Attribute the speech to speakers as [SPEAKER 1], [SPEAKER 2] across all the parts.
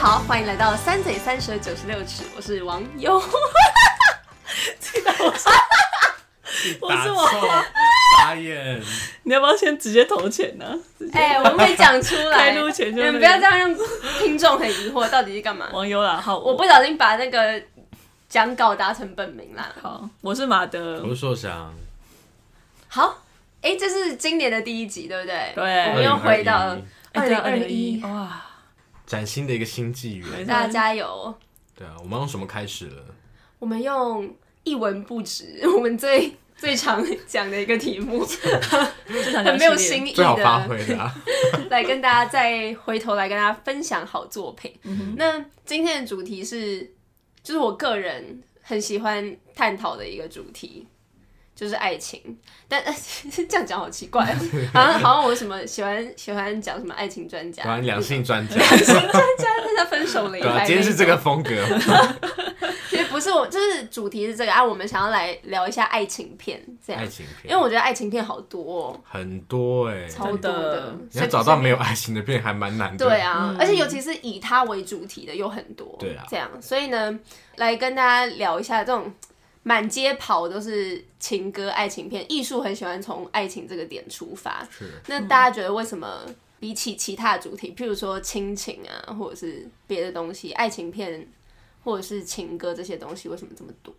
[SPEAKER 1] 好，欢迎来到三嘴三舌九十六尺，我是王优。记得我是我是我
[SPEAKER 2] 我，傻眼，
[SPEAKER 3] 你要不要先直接投钱呢、直 接
[SPEAKER 1] 哎、我没讲出来，
[SPEAKER 3] 开录前就
[SPEAKER 1] 你们不要这样让听众很疑惑，到底是干嘛？
[SPEAKER 3] 网友啦，好，
[SPEAKER 1] 我不小心把那个讲稿打成本名啦。
[SPEAKER 3] 好，我是马德
[SPEAKER 2] 我，是硕翔，
[SPEAKER 1] 好，哎、这是今年的第一集，对不对？
[SPEAKER 3] 对
[SPEAKER 1] 我们哎又回到了二
[SPEAKER 3] 哎对
[SPEAKER 1] 零二一
[SPEAKER 3] 2021，哇，
[SPEAKER 2] 崭新的一个新纪元。
[SPEAKER 3] 错
[SPEAKER 1] 大家加油！
[SPEAKER 2] 对啊，我们用什么开始了？
[SPEAKER 1] 我们用一文不值，我们最最常讲的一个题 目，很
[SPEAKER 3] 很
[SPEAKER 1] 没有新意
[SPEAKER 2] 最好发
[SPEAKER 1] 的，
[SPEAKER 2] 挥 的啊，
[SPEAKER 1] 来跟大家再回头来跟大家分享好作品。那今天的主题是，就是我个人很喜欢探讨的一个主题。就是爱情，但 这样讲好奇怪、哦， 好像好像我什么喜欢喜欢讲什么爱情专家，
[SPEAKER 2] 对啊，两性专家，
[SPEAKER 1] 但是在分手擂
[SPEAKER 2] 对啊，
[SPEAKER 1] 台。
[SPEAKER 2] 今天是这个，风格，
[SPEAKER 1] 其实不是我，就是主题是这个啊。我们想要来聊一下爱情片，这样
[SPEAKER 2] 爱，情
[SPEAKER 1] 因
[SPEAKER 2] 片
[SPEAKER 1] 为我觉得爱情片好多、哦，
[SPEAKER 2] 很多哎，
[SPEAKER 1] 超多的
[SPEAKER 3] 真的。
[SPEAKER 2] 你要找到没有爱情的片还蛮难的。
[SPEAKER 1] 对啊，而且尤其是以它为主题的有很多，
[SPEAKER 2] 嗯对啊
[SPEAKER 1] 这样，所以呢，来跟大家聊一下这种满街跑都是情歌爱情片，艺术很喜欢从爱情这个点出发。
[SPEAKER 2] 是
[SPEAKER 1] 那大家觉得为什么比起其他的主题，譬如说亲情啊，或者是别的东西，爱情片或者是情歌这些东西，为什么这么多？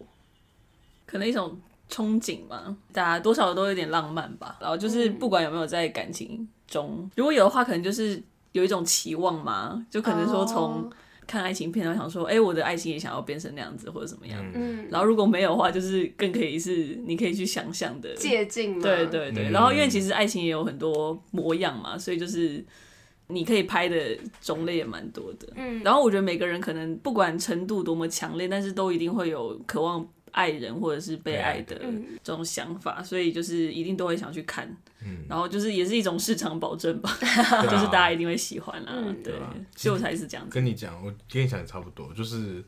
[SPEAKER 3] 可能一种憧憬嘛，大家多少都有点浪漫吧。然后就是
[SPEAKER 1] 嗯
[SPEAKER 3] 不管有没有在感情中，如果有的话，可能就是有一种期望嘛，就可能说从
[SPEAKER 1] 哦
[SPEAKER 3] 看爱情片，然后想说，哎、我的爱情也想要变成那样子，或者怎么样。
[SPEAKER 1] 嗯，
[SPEAKER 3] 然后如果没有的话，就是更可以是你可以去想象的
[SPEAKER 1] 借镜嘛，
[SPEAKER 3] 对对对，
[SPEAKER 2] 嗯
[SPEAKER 3] 然后因为其实爱情也有很多模样嘛，所以就是你可以拍的种类也蛮多的。
[SPEAKER 1] 嗯
[SPEAKER 3] 然后我觉得每个人可能不管程度多么强烈，但是都一定会有渴望爱人或者是被爱的
[SPEAKER 1] 嗯
[SPEAKER 3] 这种想法，所以就是一定都会想去看。
[SPEAKER 2] 嗯
[SPEAKER 3] 然后就是也是一种市场保证吧，
[SPEAKER 2] 啊
[SPEAKER 3] 就是大家一定会喜欢啦。
[SPEAKER 1] 嗯
[SPEAKER 3] 对
[SPEAKER 2] 对啊，
[SPEAKER 3] 所以我才是这样子。
[SPEAKER 2] 跟你讲，我跟你想的差不多，就是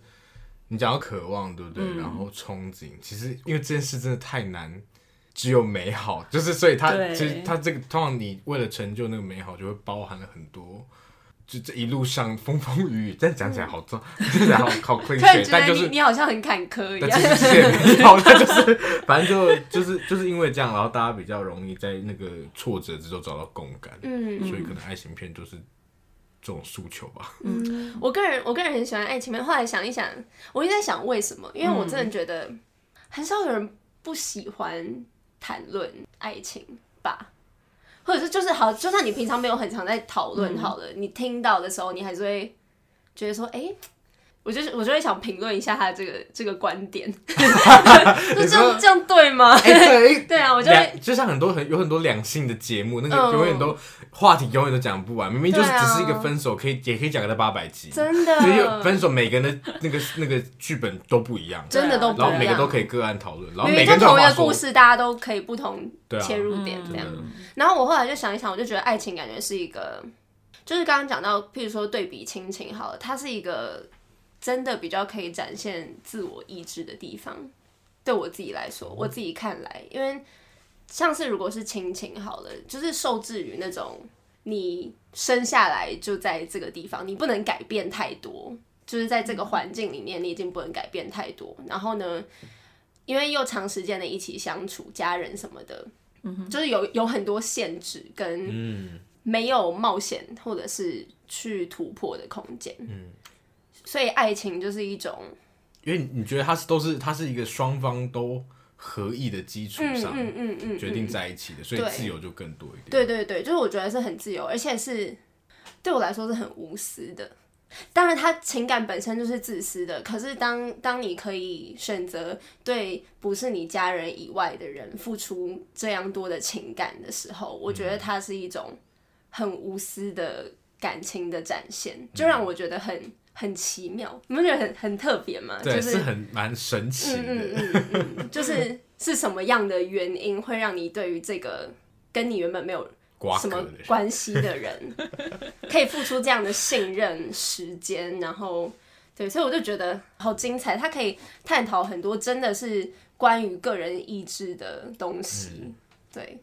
[SPEAKER 2] 你讲到渴望，对不对？
[SPEAKER 3] 嗯
[SPEAKER 2] 然后憧憬，其实因为这件事真的太难，只有美好，就是所以它
[SPEAKER 3] 对
[SPEAKER 2] 其实它这个通常你为了成就那个美好，就会包含了很多。就这一路上风风雨雨，但讲起来好 糟，听起来好好亏
[SPEAKER 1] 突然
[SPEAKER 2] 欠，
[SPEAKER 1] 觉
[SPEAKER 2] 但
[SPEAKER 1] 得
[SPEAKER 2] 就
[SPEAKER 1] 你
[SPEAKER 2] 是
[SPEAKER 1] 你好像很坎坷一
[SPEAKER 2] 但
[SPEAKER 1] 样
[SPEAKER 2] 其。实是也没有， 但就是反正就就是就是因为这样，然后大家比较容易在那个挫折之中找到共感，
[SPEAKER 1] 嗯，
[SPEAKER 2] 所以可能爱情片就是这种诉求吧。
[SPEAKER 1] 我个人我个人很喜欢爱情片，后来想一想，我一直在想为什么，因为我真
[SPEAKER 2] 嗯
[SPEAKER 1] 的觉得很少有人不喜欢谈论爱情吧。或者是就是好，就算你平常没有很常在讨
[SPEAKER 2] 嗯
[SPEAKER 1] 论好了，你听到的时候，你还是会觉得说，哎、我就是我就会想评论一下他这个这个观 点，就这样这样对吗？
[SPEAKER 2] 哎、对，
[SPEAKER 1] 对啊，我就会
[SPEAKER 2] 两就像很多很有很多两性的节目，那
[SPEAKER 1] 嗯
[SPEAKER 2] 个永远都、话题永远都讲不完，明明就是
[SPEAKER 1] 对
[SPEAKER 2] 只
[SPEAKER 1] 啊
[SPEAKER 2] 是一个分手，可以也可以讲个八百集，
[SPEAKER 1] 真的
[SPEAKER 2] 所以有分手每个人的那个那个剧本都不一样，
[SPEAKER 1] 真的都不一
[SPEAKER 2] 然
[SPEAKER 1] 样，
[SPEAKER 2] 后每个都可以个案讨论，然后
[SPEAKER 1] 明
[SPEAKER 2] 每
[SPEAKER 1] 明就
[SPEAKER 2] 个人都有
[SPEAKER 1] 同一
[SPEAKER 2] 话
[SPEAKER 1] 个
[SPEAKER 2] 说
[SPEAKER 1] 故，事，大家都可以不同
[SPEAKER 2] 对啊嗯
[SPEAKER 1] 切入点这
[SPEAKER 2] 真
[SPEAKER 1] 样。
[SPEAKER 2] 的
[SPEAKER 1] 然后我后来就想一想，我就觉得爱情感觉是一个，就是刚刚讲到，譬如说对比亲情好了，它是一个真的比较可以展现自我意志的地方。对我自己来
[SPEAKER 2] 嗯
[SPEAKER 1] 说，我自己看来，因为像是如果是亲情好了，就是受制于那种你生下来就在这个地方，你不能改变太多，就是在这
[SPEAKER 2] 嗯
[SPEAKER 1] 个环境里面，你已经不能改变太多。然后呢，因为又长时间的一起相处，家人什么的，就是有有很多限制跟
[SPEAKER 2] 嗯，
[SPEAKER 1] 没有冒险或者是去突破的空间。嗯，所以爱情就是一种，
[SPEAKER 2] 因为你觉得它是都是它是一个双方都合意的基础
[SPEAKER 1] 嗯
[SPEAKER 2] 上、
[SPEAKER 1] 嗯嗯嗯，
[SPEAKER 2] 决定在一起的，所以
[SPEAKER 1] 对
[SPEAKER 2] 自由就更多一点。
[SPEAKER 1] 对对对，就是我觉得是很自由，而且是对我来说是很无私的。当然，他情感本身就是自私的，可是当当你可以选择对不是你家人以外的人付出这样多的情感的时候，我觉
[SPEAKER 2] 嗯
[SPEAKER 1] 得它是一种很无私的感情的展现，就
[SPEAKER 2] 嗯
[SPEAKER 1] 让我觉觉得很很奇妙。你们觉得很很特别吗？
[SPEAKER 2] 对，
[SPEAKER 1] 就是
[SPEAKER 2] 很蛮神奇的。
[SPEAKER 1] 嗯嗯嗯嗯，就是 是什么样的原因会让你对于这个跟你原本没有
[SPEAKER 2] 瓜
[SPEAKER 1] 什
[SPEAKER 2] 葛
[SPEAKER 1] 么
[SPEAKER 2] 的人
[SPEAKER 1] 关系的 人，可以付出这样的信任、时间，然后对，所以我就觉得好精彩，它可以探讨很多真的是关于个人意志的东西。对，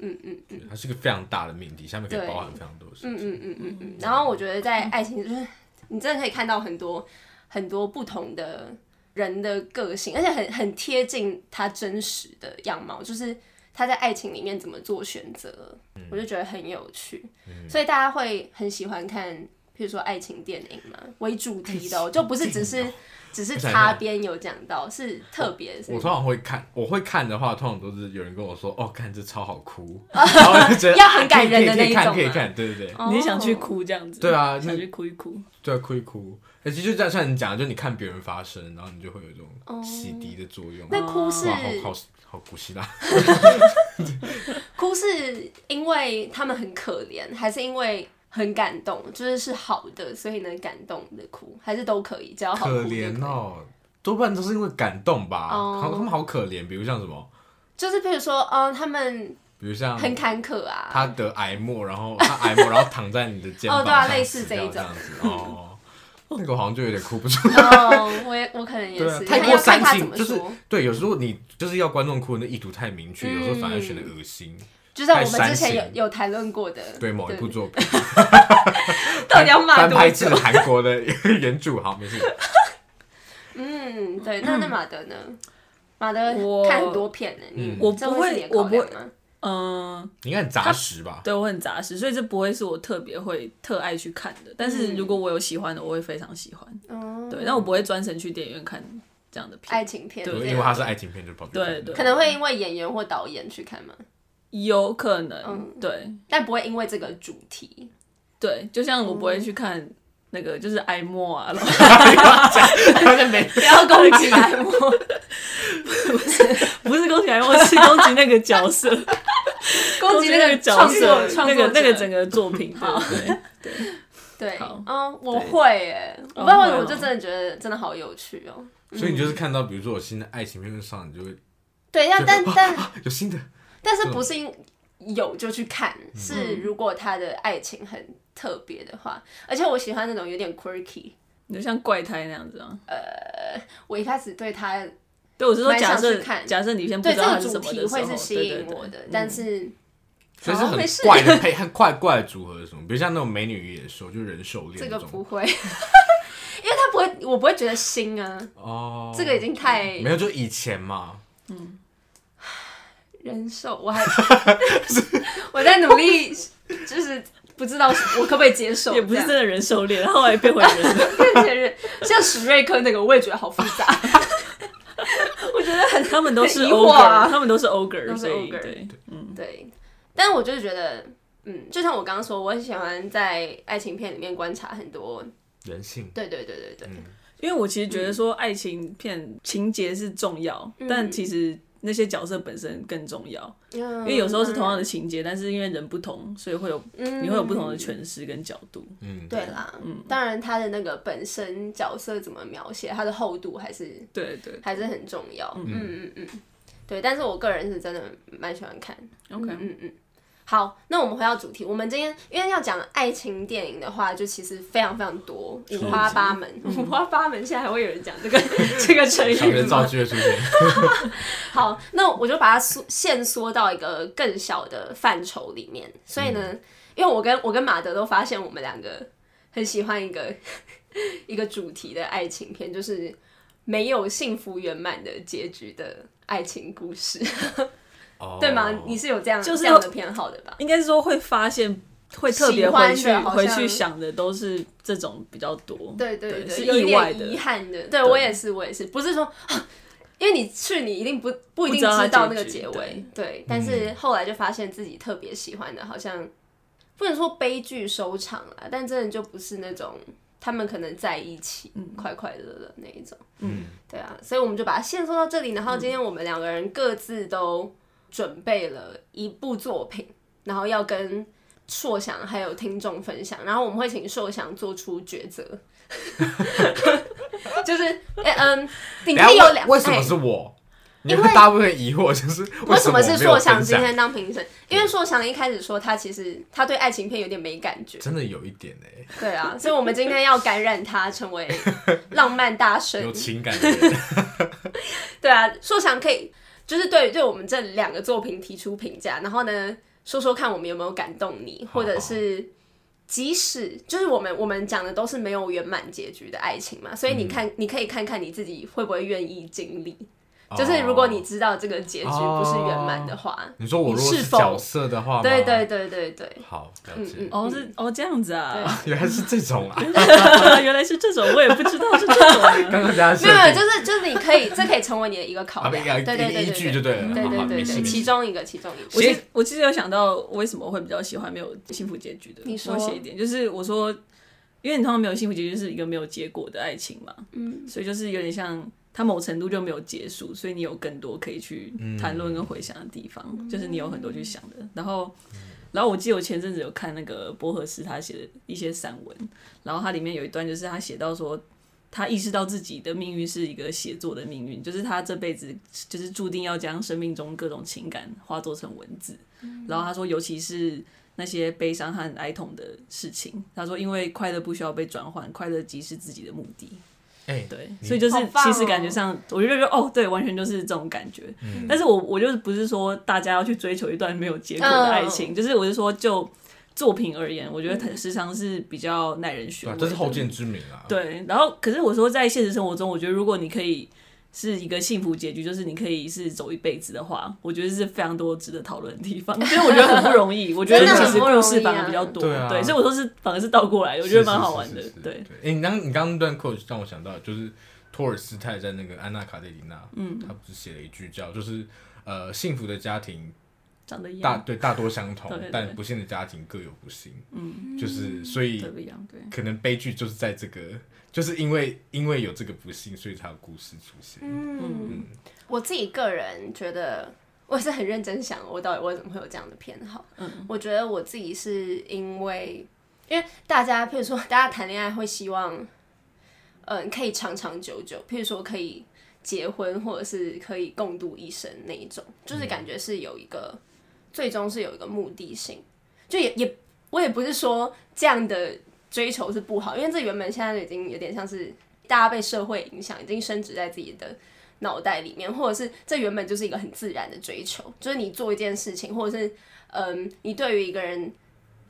[SPEAKER 1] 嗯嗯
[SPEAKER 2] 对它是一个非常大的命题，下面可以
[SPEAKER 1] 对
[SPEAKER 2] 包含非常多的事
[SPEAKER 1] 嗯
[SPEAKER 2] 情。
[SPEAKER 1] 嗯嗯嗯嗯。然后我觉得在爱情就是你真的可以看到很多很多不同的人的个性，而且很很贴近他真实的样貌，就是他在爱情里面怎么做选择，
[SPEAKER 2] 嗯
[SPEAKER 1] 我就觉得很有趣。所以大家会很喜欢看，譬如说爱情电影嘛，为主题的、哦，就不是只是只是擦边有讲到，是特别是
[SPEAKER 2] 我通常会看，我会看的话，通常都是有人跟我说：“哦，看这超好哭。”然后我就觉得
[SPEAKER 1] 要很感人的
[SPEAKER 2] 可以可以
[SPEAKER 1] 那一种
[SPEAKER 2] 可以看，可以
[SPEAKER 1] 吗
[SPEAKER 2] 看，对对对，
[SPEAKER 1] 哦
[SPEAKER 3] 你是想去哭这样子？
[SPEAKER 2] 对啊
[SPEAKER 3] 想
[SPEAKER 2] 那
[SPEAKER 3] 去哭一哭。
[SPEAKER 2] 对啊，哭一哭。哎，其实就这样，像你讲的，就你看别人发生，然后你就会有一种洗涤的作用。
[SPEAKER 1] 哦那哭是
[SPEAKER 2] 哇，好好好古希腊，
[SPEAKER 1] 哭是因为他们很可怜，还是因为很感动？就是是好的，所以能感动的哭，还是都可以，只要好哭
[SPEAKER 2] 可
[SPEAKER 1] 就以
[SPEAKER 2] 怜。哦，多半都是因为感动吧。
[SPEAKER 1] 哦
[SPEAKER 2] 好，他们好可怜，比如像什么，
[SPEAKER 1] 就是譬如说，嗯，他们
[SPEAKER 2] 比如像
[SPEAKER 1] 很坎坷啊，
[SPEAKER 2] 他得癌末，然后他癌末，然后躺在你的肩膀
[SPEAKER 1] 哦对啊
[SPEAKER 2] 上
[SPEAKER 1] 类似
[SPEAKER 2] 死掉
[SPEAKER 1] 这一种
[SPEAKER 2] 样子哦。那个我好像就有点哭不出来。
[SPEAKER 1] 哦，我也我可能也
[SPEAKER 2] 对啊
[SPEAKER 1] 是，，
[SPEAKER 2] 太
[SPEAKER 1] 因为
[SPEAKER 2] 过
[SPEAKER 1] 要看
[SPEAKER 2] 煽
[SPEAKER 1] 他怎
[SPEAKER 2] 情，
[SPEAKER 1] 么
[SPEAKER 2] 就是
[SPEAKER 1] 说。嗯
[SPEAKER 2] 对，有时候你就是要观众哭的那意图太明确，有时候反而显得恶心。
[SPEAKER 1] 就像我
[SPEAKER 2] 太
[SPEAKER 1] 们
[SPEAKER 2] 煽
[SPEAKER 1] 之前
[SPEAKER 2] 情
[SPEAKER 1] 有有谈论过的，
[SPEAKER 2] 对某一部作品，
[SPEAKER 1] 到底要骂
[SPEAKER 2] 翻
[SPEAKER 1] 多
[SPEAKER 2] 拍
[SPEAKER 1] 久
[SPEAKER 2] 自？韩国的原著，好没事。
[SPEAKER 1] 嗯，对，那那马德呢？马德
[SPEAKER 3] 我
[SPEAKER 1] 看很多片呢，你
[SPEAKER 2] 嗯
[SPEAKER 3] 我
[SPEAKER 1] 这
[SPEAKER 3] 不
[SPEAKER 1] 会
[SPEAKER 3] 会
[SPEAKER 1] 是你的
[SPEAKER 3] 我
[SPEAKER 1] 考
[SPEAKER 3] 不
[SPEAKER 1] 量吗？
[SPEAKER 3] 嗯，
[SPEAKER 2] 你应该很杂食吧？
[SPEAKER 3] 对我很杂食，所以这不会是我特别会特爱去看的。但是如果我有喜欢的，我会非常喜欢。
[SPEAKER 1] 嗯，
[SPEAKER 3] 对，但我不会专程去电影院看这样的片。
[SPEAKER 1] 爱情片
[SPEAKER 3] 对
[SPEAKER 1] 这
[SPEAKER 2] 因为
[SPEAKER 1] 样
[SPEAKER 2] 它是爱情片，就跑去看
[SPEAKER 3] 对对
[SPEAKER 1] 可能会因为演员或导演去看嘛，
[SPEAKER 3] 有可能，
[SPEAKER 1] 嗯
[SPEAKER 3] 对
[SPEAKER 1] 但不会因为这个主题。
[SPEAKER 3] 对，就像我不会去看那
[SPEAKER 1] 哦
[SPEAKER 3] 个就是哀莫 啊，然后
[SPEAKER 2] 好像没
[SPEAKER 1] 不要攻击白沫，
[SPEAKER 3] 不是攻击哀莫，是攻击那个角色，
[SPEAKER 1] 攻击那个
[SPEAKER 3] 角
[SPEAKER 1] 创
[SPEAKER 3] 色
[SPEAKER 1] 作，创
[SPEAKER 3] 那
[SPEAKER 1] 作
[SPEAKER 3] 个
[SPEAKER 1] 者
[SPEAKER 3] 那个整个作品。对对
[SPEAKER 1] 对，
[SPEAKER 3] 好
[SPEAKER 1] 嗯，我
[SPEAKER 3] 对哦
[SPEAKER 1] 会诶，我不知道为什么，我就真的觉得真的好有趣哦。
[SPEAKER 2] 所以你就是看到，比如说有新的爱情片上，你就会
[SPEAKER 1] 对，要但但
[SPEAKER 2] 有新的嗯
[SPEAKER 1] 但是不是因有就去看，是如果他的爱情很特别的话，而且我喜欢那种有点 quirky。
[SPEAKER 3] 你就像怪胎那样子啊。
[SPEAKER 1] 我一开始对他
[SPEAKER 3] 对，我是说
[SPEAKER 1] 蛮
[SPEAKER 3] 假
[SPEAKER 1] 想
[SPEAKER 3] 设
[SPEAKER 1] 去看
[SPEAKER 3] 假设你先不
[SPEAKER 1] 对
[SPEAKER 3] 知
[SPEAKER 1] 这
[SPEAKER 3] 道它
[SPEAKER 1] 个
[SPEAKER 3] 是
[SPEAKER 1] 主
[SPEAKER 3] 什么
[SPEAKER 1] 题
[SPEAKER 3] 的时候，
[SPEAKER 1] 会是吸
[SPEAKER 3] 对
[SPEAKER 1] 引
[SPEAKER 3] 对
[SPEAKER 1] 我
[SPEAKER 3] 对嗯
[SPEAKER 1] 的，但是
[SPEAKER 2] 所以是
[SPEAKER 1] 好没
[SPEAKER 2] 很
[SPEAKER 1] 事
[SPEAKER 2] 怪的配， 很怪怪的组合什么，比如像那种美女与野兽，就人兽恋
[SPEAKER 1] 这
[SPEAKER 2] 那
[SPEAKER 1] 个不
[SPEAKER 2] 种。
[SPEAKER 1] 会， 因为他不会，我不会觉得新啊，
[SPEAKER 2] 哦，
[SPEAKER 1] 这个已经太
[SPEAKER 2] 没有，就以前嘛，
[SPEAKER 1] 人寿，我还我在努力，就是不知道我可不可以接受，
[SPEAKER 3] 也不是真
[SPEAKER 1] 这样
[SPEAKER 3] 的人狩猎，后来 变回人了。
[SPEAKER 1] 变成人像史瑞克那个，我也觉得好复杂， 我觉得很
[SPEAKER 3] 他们都是
[SPEAKER 1] 很疑惑
[SPEAKER 3] ogre，、
[SPEAKER 1] 啊
[SPEAKER 3] 他们都是
[SPEAKER 1] 都
[SPEAKER 3] ogre，
[SPEAKER 1] 是
[SPEAKER 3] 所以
[SPEAKER 1] ogre
[SPEAKER 3] 对，
[SPEAKER 1] 对。但我就是觉得，嗯，就像我刚刚说，我很喜欢在爱情片里面观察很多，
[SPEAKER 2] 人性。
[SPEAKER 1] 对对对对对，
[SPEAKER 3] 因为我其实觉
[SPEAKER 1] 嗯
[SPEAKER 3] 得说爱情片情节是重要，但其实那些角色本身更重要，
[SPEAKER 1] 因
[SPEAKER 3] 因为有时候
[SPEAKER 1] 嗯
[SPEAKER 3] 是同样的情节，但是因为人不同，所以会有你会有不同的诠释跟角度。
[SPEAKER 2] 嗯，
[SPEAKER 1] 嗯对啦，当然他的那个本身角色怎么描写，他的厚度还是
[SPEAKER 3] 对对
[SPEAKER 1] 还是很重要。嗯嗯嗯，对。但是我个人是真的蛮喜欢看。
[SPEAKER 3] ，OK，
[SPEAKER 1] 嗯嗯。好，那我们回到主题，我们今天因为要讲爱情电影的话，就其实非常非常多，五花八门，五花八门。现在还会有人讲这个这个成
[SPEAKER 2] 小
[SPEAKER 1] 语
[SPEAKER 2] 学造
[SPEAKER 1] 吗？
[SPEAKER 2] 句会出 现。
[SPEAKER 1] 好，那我就把它缩限缩到一个更小的范畴里面。所以呢，因为我跟我跟马德都发现，我们两个很喜欢一个 一个主题的爱情片，就是没有幸福圆满的结局的爱情故事，
[SPEAKER 2] 哦
[SPEAKER 1] 对吗？你是有这样、
[SPEAKER 3] 就是
[SPEAKER 1] 这样的偏好的吧？
[SPEAKER 3] 应该是说会发现。会特别回
[SPEAKER 1] 喜
[SPEAKER 3] 去
[SPEAKER 1] 欢的好像
[SPEAKER 3] 回去想的都是这种比较多，
[SPEAKER 1] 对对对，
[SPEAKER 3] 是
[SPEAKER 1] 有一
[SPEAKER 3] 意外
[SPEAKER 1] 点
[SPEAKER 3] 的
[SPEAKER 1] 遗，憾的。对我也是，我也是，不是说，啊因为你去你一定不不一定
[SPEAKER 3] 不知道它
[SPEAKER 1] 知道那
[SPEAKER 3] 结
[SPEAKER 1] 个
[SPEAKER 3] 局
[SPEAKER 1] 结尾，对。但是后来就发现自己特别喜欢的，好像不能说悲剧收场啦，但真的就不是那种他们可能在一起、快快乐乐那一种。嗯，对啊，所以我们就把它限缩到这里。然后今天我们两个人各自都准备了一部作品，然后要跟。硕翔还有听众分享，然后我们会请硕翔做出抉择， 就是，哎嗯，你
[SPEAKER 2] 等
[SPEAKER 1] 可
[SPEAKER 2] 一
[SPEAKER 1] 以
[SPEAKER 2] 下
[SPEAKER 1] 有两
[SPEAKER 2] 为为什
[SPEAKER 1] 哎
[SPEAKER 2] 么是我？你
[SPEAKER 1] 因为
[SPEAKER 2] 们大部分疑惑就是
[SPEAKER 1] 为什
[SPEAKER 2] 什
[SPEAKER 1] 么
[SPEAKER 2] 么
[SPEAKER 1] 是
[SPEAKER 2] 我没有
[SPEAKER 1] 硕翔
[SPEAKER 2] 分
[SPEAKER 1] 今
[SPEAKER 2] 享
[SPEAKER 1] 天当评审？因为硕翔一开始说他其实他对爱情片有点没感觉，
[SPEAKER 2] 真的有一点哎，
[SPEAKER 1] 对啊，所以我们今天要感染他成为浪漫大
[SPEAKER 2] 有
[SPEAKER 1] 神。
[SPEAKER 2] 情感的人
[SPEAKER 1] 对啊，硕翔可以就是对对我们这两个作品提出评价，然后呢说说看我们有没有感动你，或者是即使就是我们我们讲的都是没有圆满结局的爱情嘛，所
[SPEAKER 2] 嗯
[SPEAKER 1] 以你看、你可以看看你自己会不会愿意经历。
[SPEAKER 2] 哦
[SPEAKER 1] 就是如果你知道这个结局不是圆满的话，
[SPEAKER 2] 你说我如果
[SPEAKER 1] 你
[SPEAKER 2] 是
[SPEAKER 1] 是否
[SPEAKER 2] 角色的话吗，
[SPEAKER 1] 对对对对对，
[SPEAKER 2] 好了解。
[SPEAKER 1] 嗯嗯
[SPEAKER 3] 哦，是哦这样子啊，
[SPEAKER 2] 原来是这种啊！
[SPEAKER 3] 原来是这种，我也不知道是这种啊。
[SPEAKER 2] 刚刚大家
[SPEAKER 1] 没有没有，就是就是你可以，这可以成为你的一个考
[SPEAKER 2] 啊，
[SPEAKER 1] 量，
[SPEAKER 2] 不一
[SPEAKER 1] 对
[SPEAKER 2] 个
[SPEAKER 1] 对
[SPEAKER 2] 一个
[SPEAKER 1] 对
[SPEAKER 2] 依
[SPEAKER 1] 对
[SPEAKER 2] 据
[SPEAKER 1] 对
[SPEAKER 2] 就对了。
[SPEAKER 1] 对
[SPEAKER 2] 好
[SPEAKER 1] 对
[SPEAKER 2] 好
[SPEAKER 1] 对
[SPEAKER 2] 没事
[SPEAKER 1] 对，
[SPEAKER 2] 没
[SPEAKER 1] 其
[SPEAKER 2] 事。
[SPEAKER 1] 中一个，其中一
[SPEAKER 3] 我
[SPEAKER 1] 个。
[SPEAKER 3] 其实我其实有想到为什么我会比较喜欢没有幸福结局的。
[SPEAKER 1] 你说
[SPEAKER 3] 我写一点，就是我说，因为你通常没有幸福结局，就是一个没有结果的爱情嘛，嗯，所以就是有点像它某程度就没有结束，所以你有更多可以去谈论跟回想的地方，就是你有很多去想的。然后，然后我记得我前阵子有看那个博和斯他写的一些散文，然后它里面有一段就是他写到说。他意识到自己的命运是一个写作的命运，就是他这辈子就是注定要将生命中各种情感化作成文字。
[SPEAKER 1] 嗯
[SPEAKER 3] 然后他说，尤其是那些悲伤和哀痛的事情，他说，因为快乐不需要被转换，快乐即是自己的目的。
[SPEAKER 2] 哎，
[SPEAKER 3] 对，
[SPEAKER 2] 你
[SPEAKER 3] 所以就是
[SPEAKER 1] 好棒哦
[SPEAKER 3] 其实感觉上，我就觉得哦，对，完全就是这种感觉。
[SPEAKER 2] 嗯
[SPEAKER 3] 但是我我就是不是说大家要去追求一段没有结果的爱
[SPEAKER 1] 嗯
[SPEAKER 3] 情，就是我是说就作品而言，我觉得它时常是比较耐人寻
[SPEAKER 2] 对啊
[SPEAKER 3] 味，的。
[SPEAKER 2] 这是后见之明啊。
[SPEAKER 3] 对，然后可是我说，在现实生活中，我觉得如果你可以是一个幸福结局，就是你可以是走一辈子的话，我觉得是非常多值得讨论的地方。因为我觉得很不容易，我觉得
[SPEAKER 1] 真的
[SPEAKER 3] 其
[SPEAKER 1] 很
[SPEAKER 3] 实
[SPEAKER 1] 不容易
[SPEAKER 3] 故
[SPEAKER 1] 啊
[SPEAKER 3] 事反而比较多，
[SPEAKER 2] 对啊
[SPEAKER 3] 所以我说是反而是倒过来的，我觉得蛮好玩的
[SPEAKER 2] 是。是
[SPEAKER 3] 对，，
[SPEAKER 2] 哎、你刚你刚刚那段 quote 让我想到，就是托尔斯泰在那个《安娜卡列尼娜》，嗯，他不是写了一句叫就是呃，幸福的家庭
[SPEAKER 3] 长得一
[SPEAKER 2] 大
[SPEAKER 3] 样，
[SPEAKER 2] 对大多相同
[SPEAKER 3] 对对，
[SPEAKER 2] 但不幸的家庭各有不幸，嗯，就是所以
[SPEAKER 3] 特别一样，对。
[SPEAKER 2] 可能悲剧就是在这个，就是因为因为有这个不幸，所以才有故事出现。
[SPEAKER 1] 嗯，我自己个人觉得，我是很认真想，我到底为什么会有这样的偏好。嗯，我觉得我自己是因为，因为大家，譬如说大家谈恋爱会希望，嗯，可以长长久久，譬如说可以结婚，或者是可以共度一生那一种，就是感觉是有一个、最终是有一个目的性，就也也我也不是说这样的追求是不好，因为这原本现在已经有点像是。大家被社会影响，已经深植在自己的脑袋里面，或者是这原本就是一个很自然的追求，就是你做一件事情，或者是嗯，你对于一个人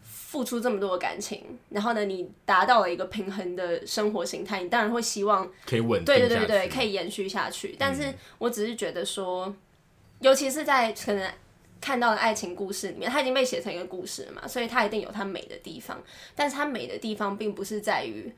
[SPEAKER 1] 付出这么多的感情，然后呢，你达到了一个平衡的生活形态，你当然会希望
[SPEAKER 2] 可以稳定
[SPEAKER 1] 对对
[SPEAKER 2] 下
[SPEAKER 1] 对
[SPEAKER 2] 去嗯
[SPEAKER 1] 对，可以延续下去。但是我只是觉得说，尤其是在可能看到的爱情故事里面，它已经被写成一个故事了嘛，所以它一定有它美的地方。但是它美的地方并不是在于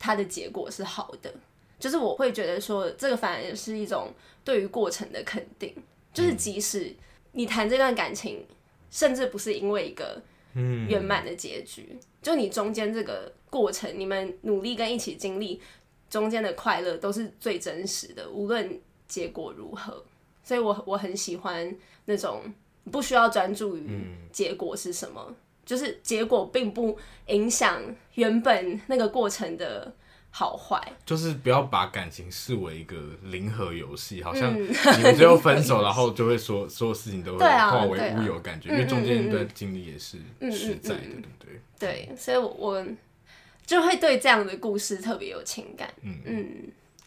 [SPEAKER 1] 它的结果是好的，就是我会觉得说，这个反而是一种对于过程的肯定，就是即使你谈这段感情，甚至不是因为一个
[SPEAKER 2] 嗯
[SPEAKER 1] 圆满的结局，就你中间这个过程，你们努力跟一起经历中间的快乐，都是最真实的，无论结果如何。所以我我很喜欢那种不需要专注于
[SPEAKER 2] 嗯
[SPEAKER 1] 结果是什么，就是结果并不影响原本那个过程的好坏。
[SPEAKER 2] 就是不要把感情视为一个零和游戏，好像 你们最后分手，然后就会说所有事情都会
[SPEAKER 1] 嗯 对啊
[SPEAKER 2] 化为
[SPEAKER 1] 对啊
[SPEAKER 2] 乌有的感觉，
[SPEAKER 1] 嗯
[SPEAKER 2] 因为中间
[SPEAKER 1] 嗯嗯
[SPEAKER 2] 一段经历也是
[SPEAKER 1] 嗯
[SPEAKER 2] 实在
[SPEAKER 1] 嗯
[SPEAKER 2] 的，对
[SPEAKER 1] 嗯
[SPEAKER 2] 不对？
[SPEAKER 1] 对，所以我我就会对这样的故事特别有情感。
[SPEAKER 2] 嗯
[SPEAKER 1] 嗯，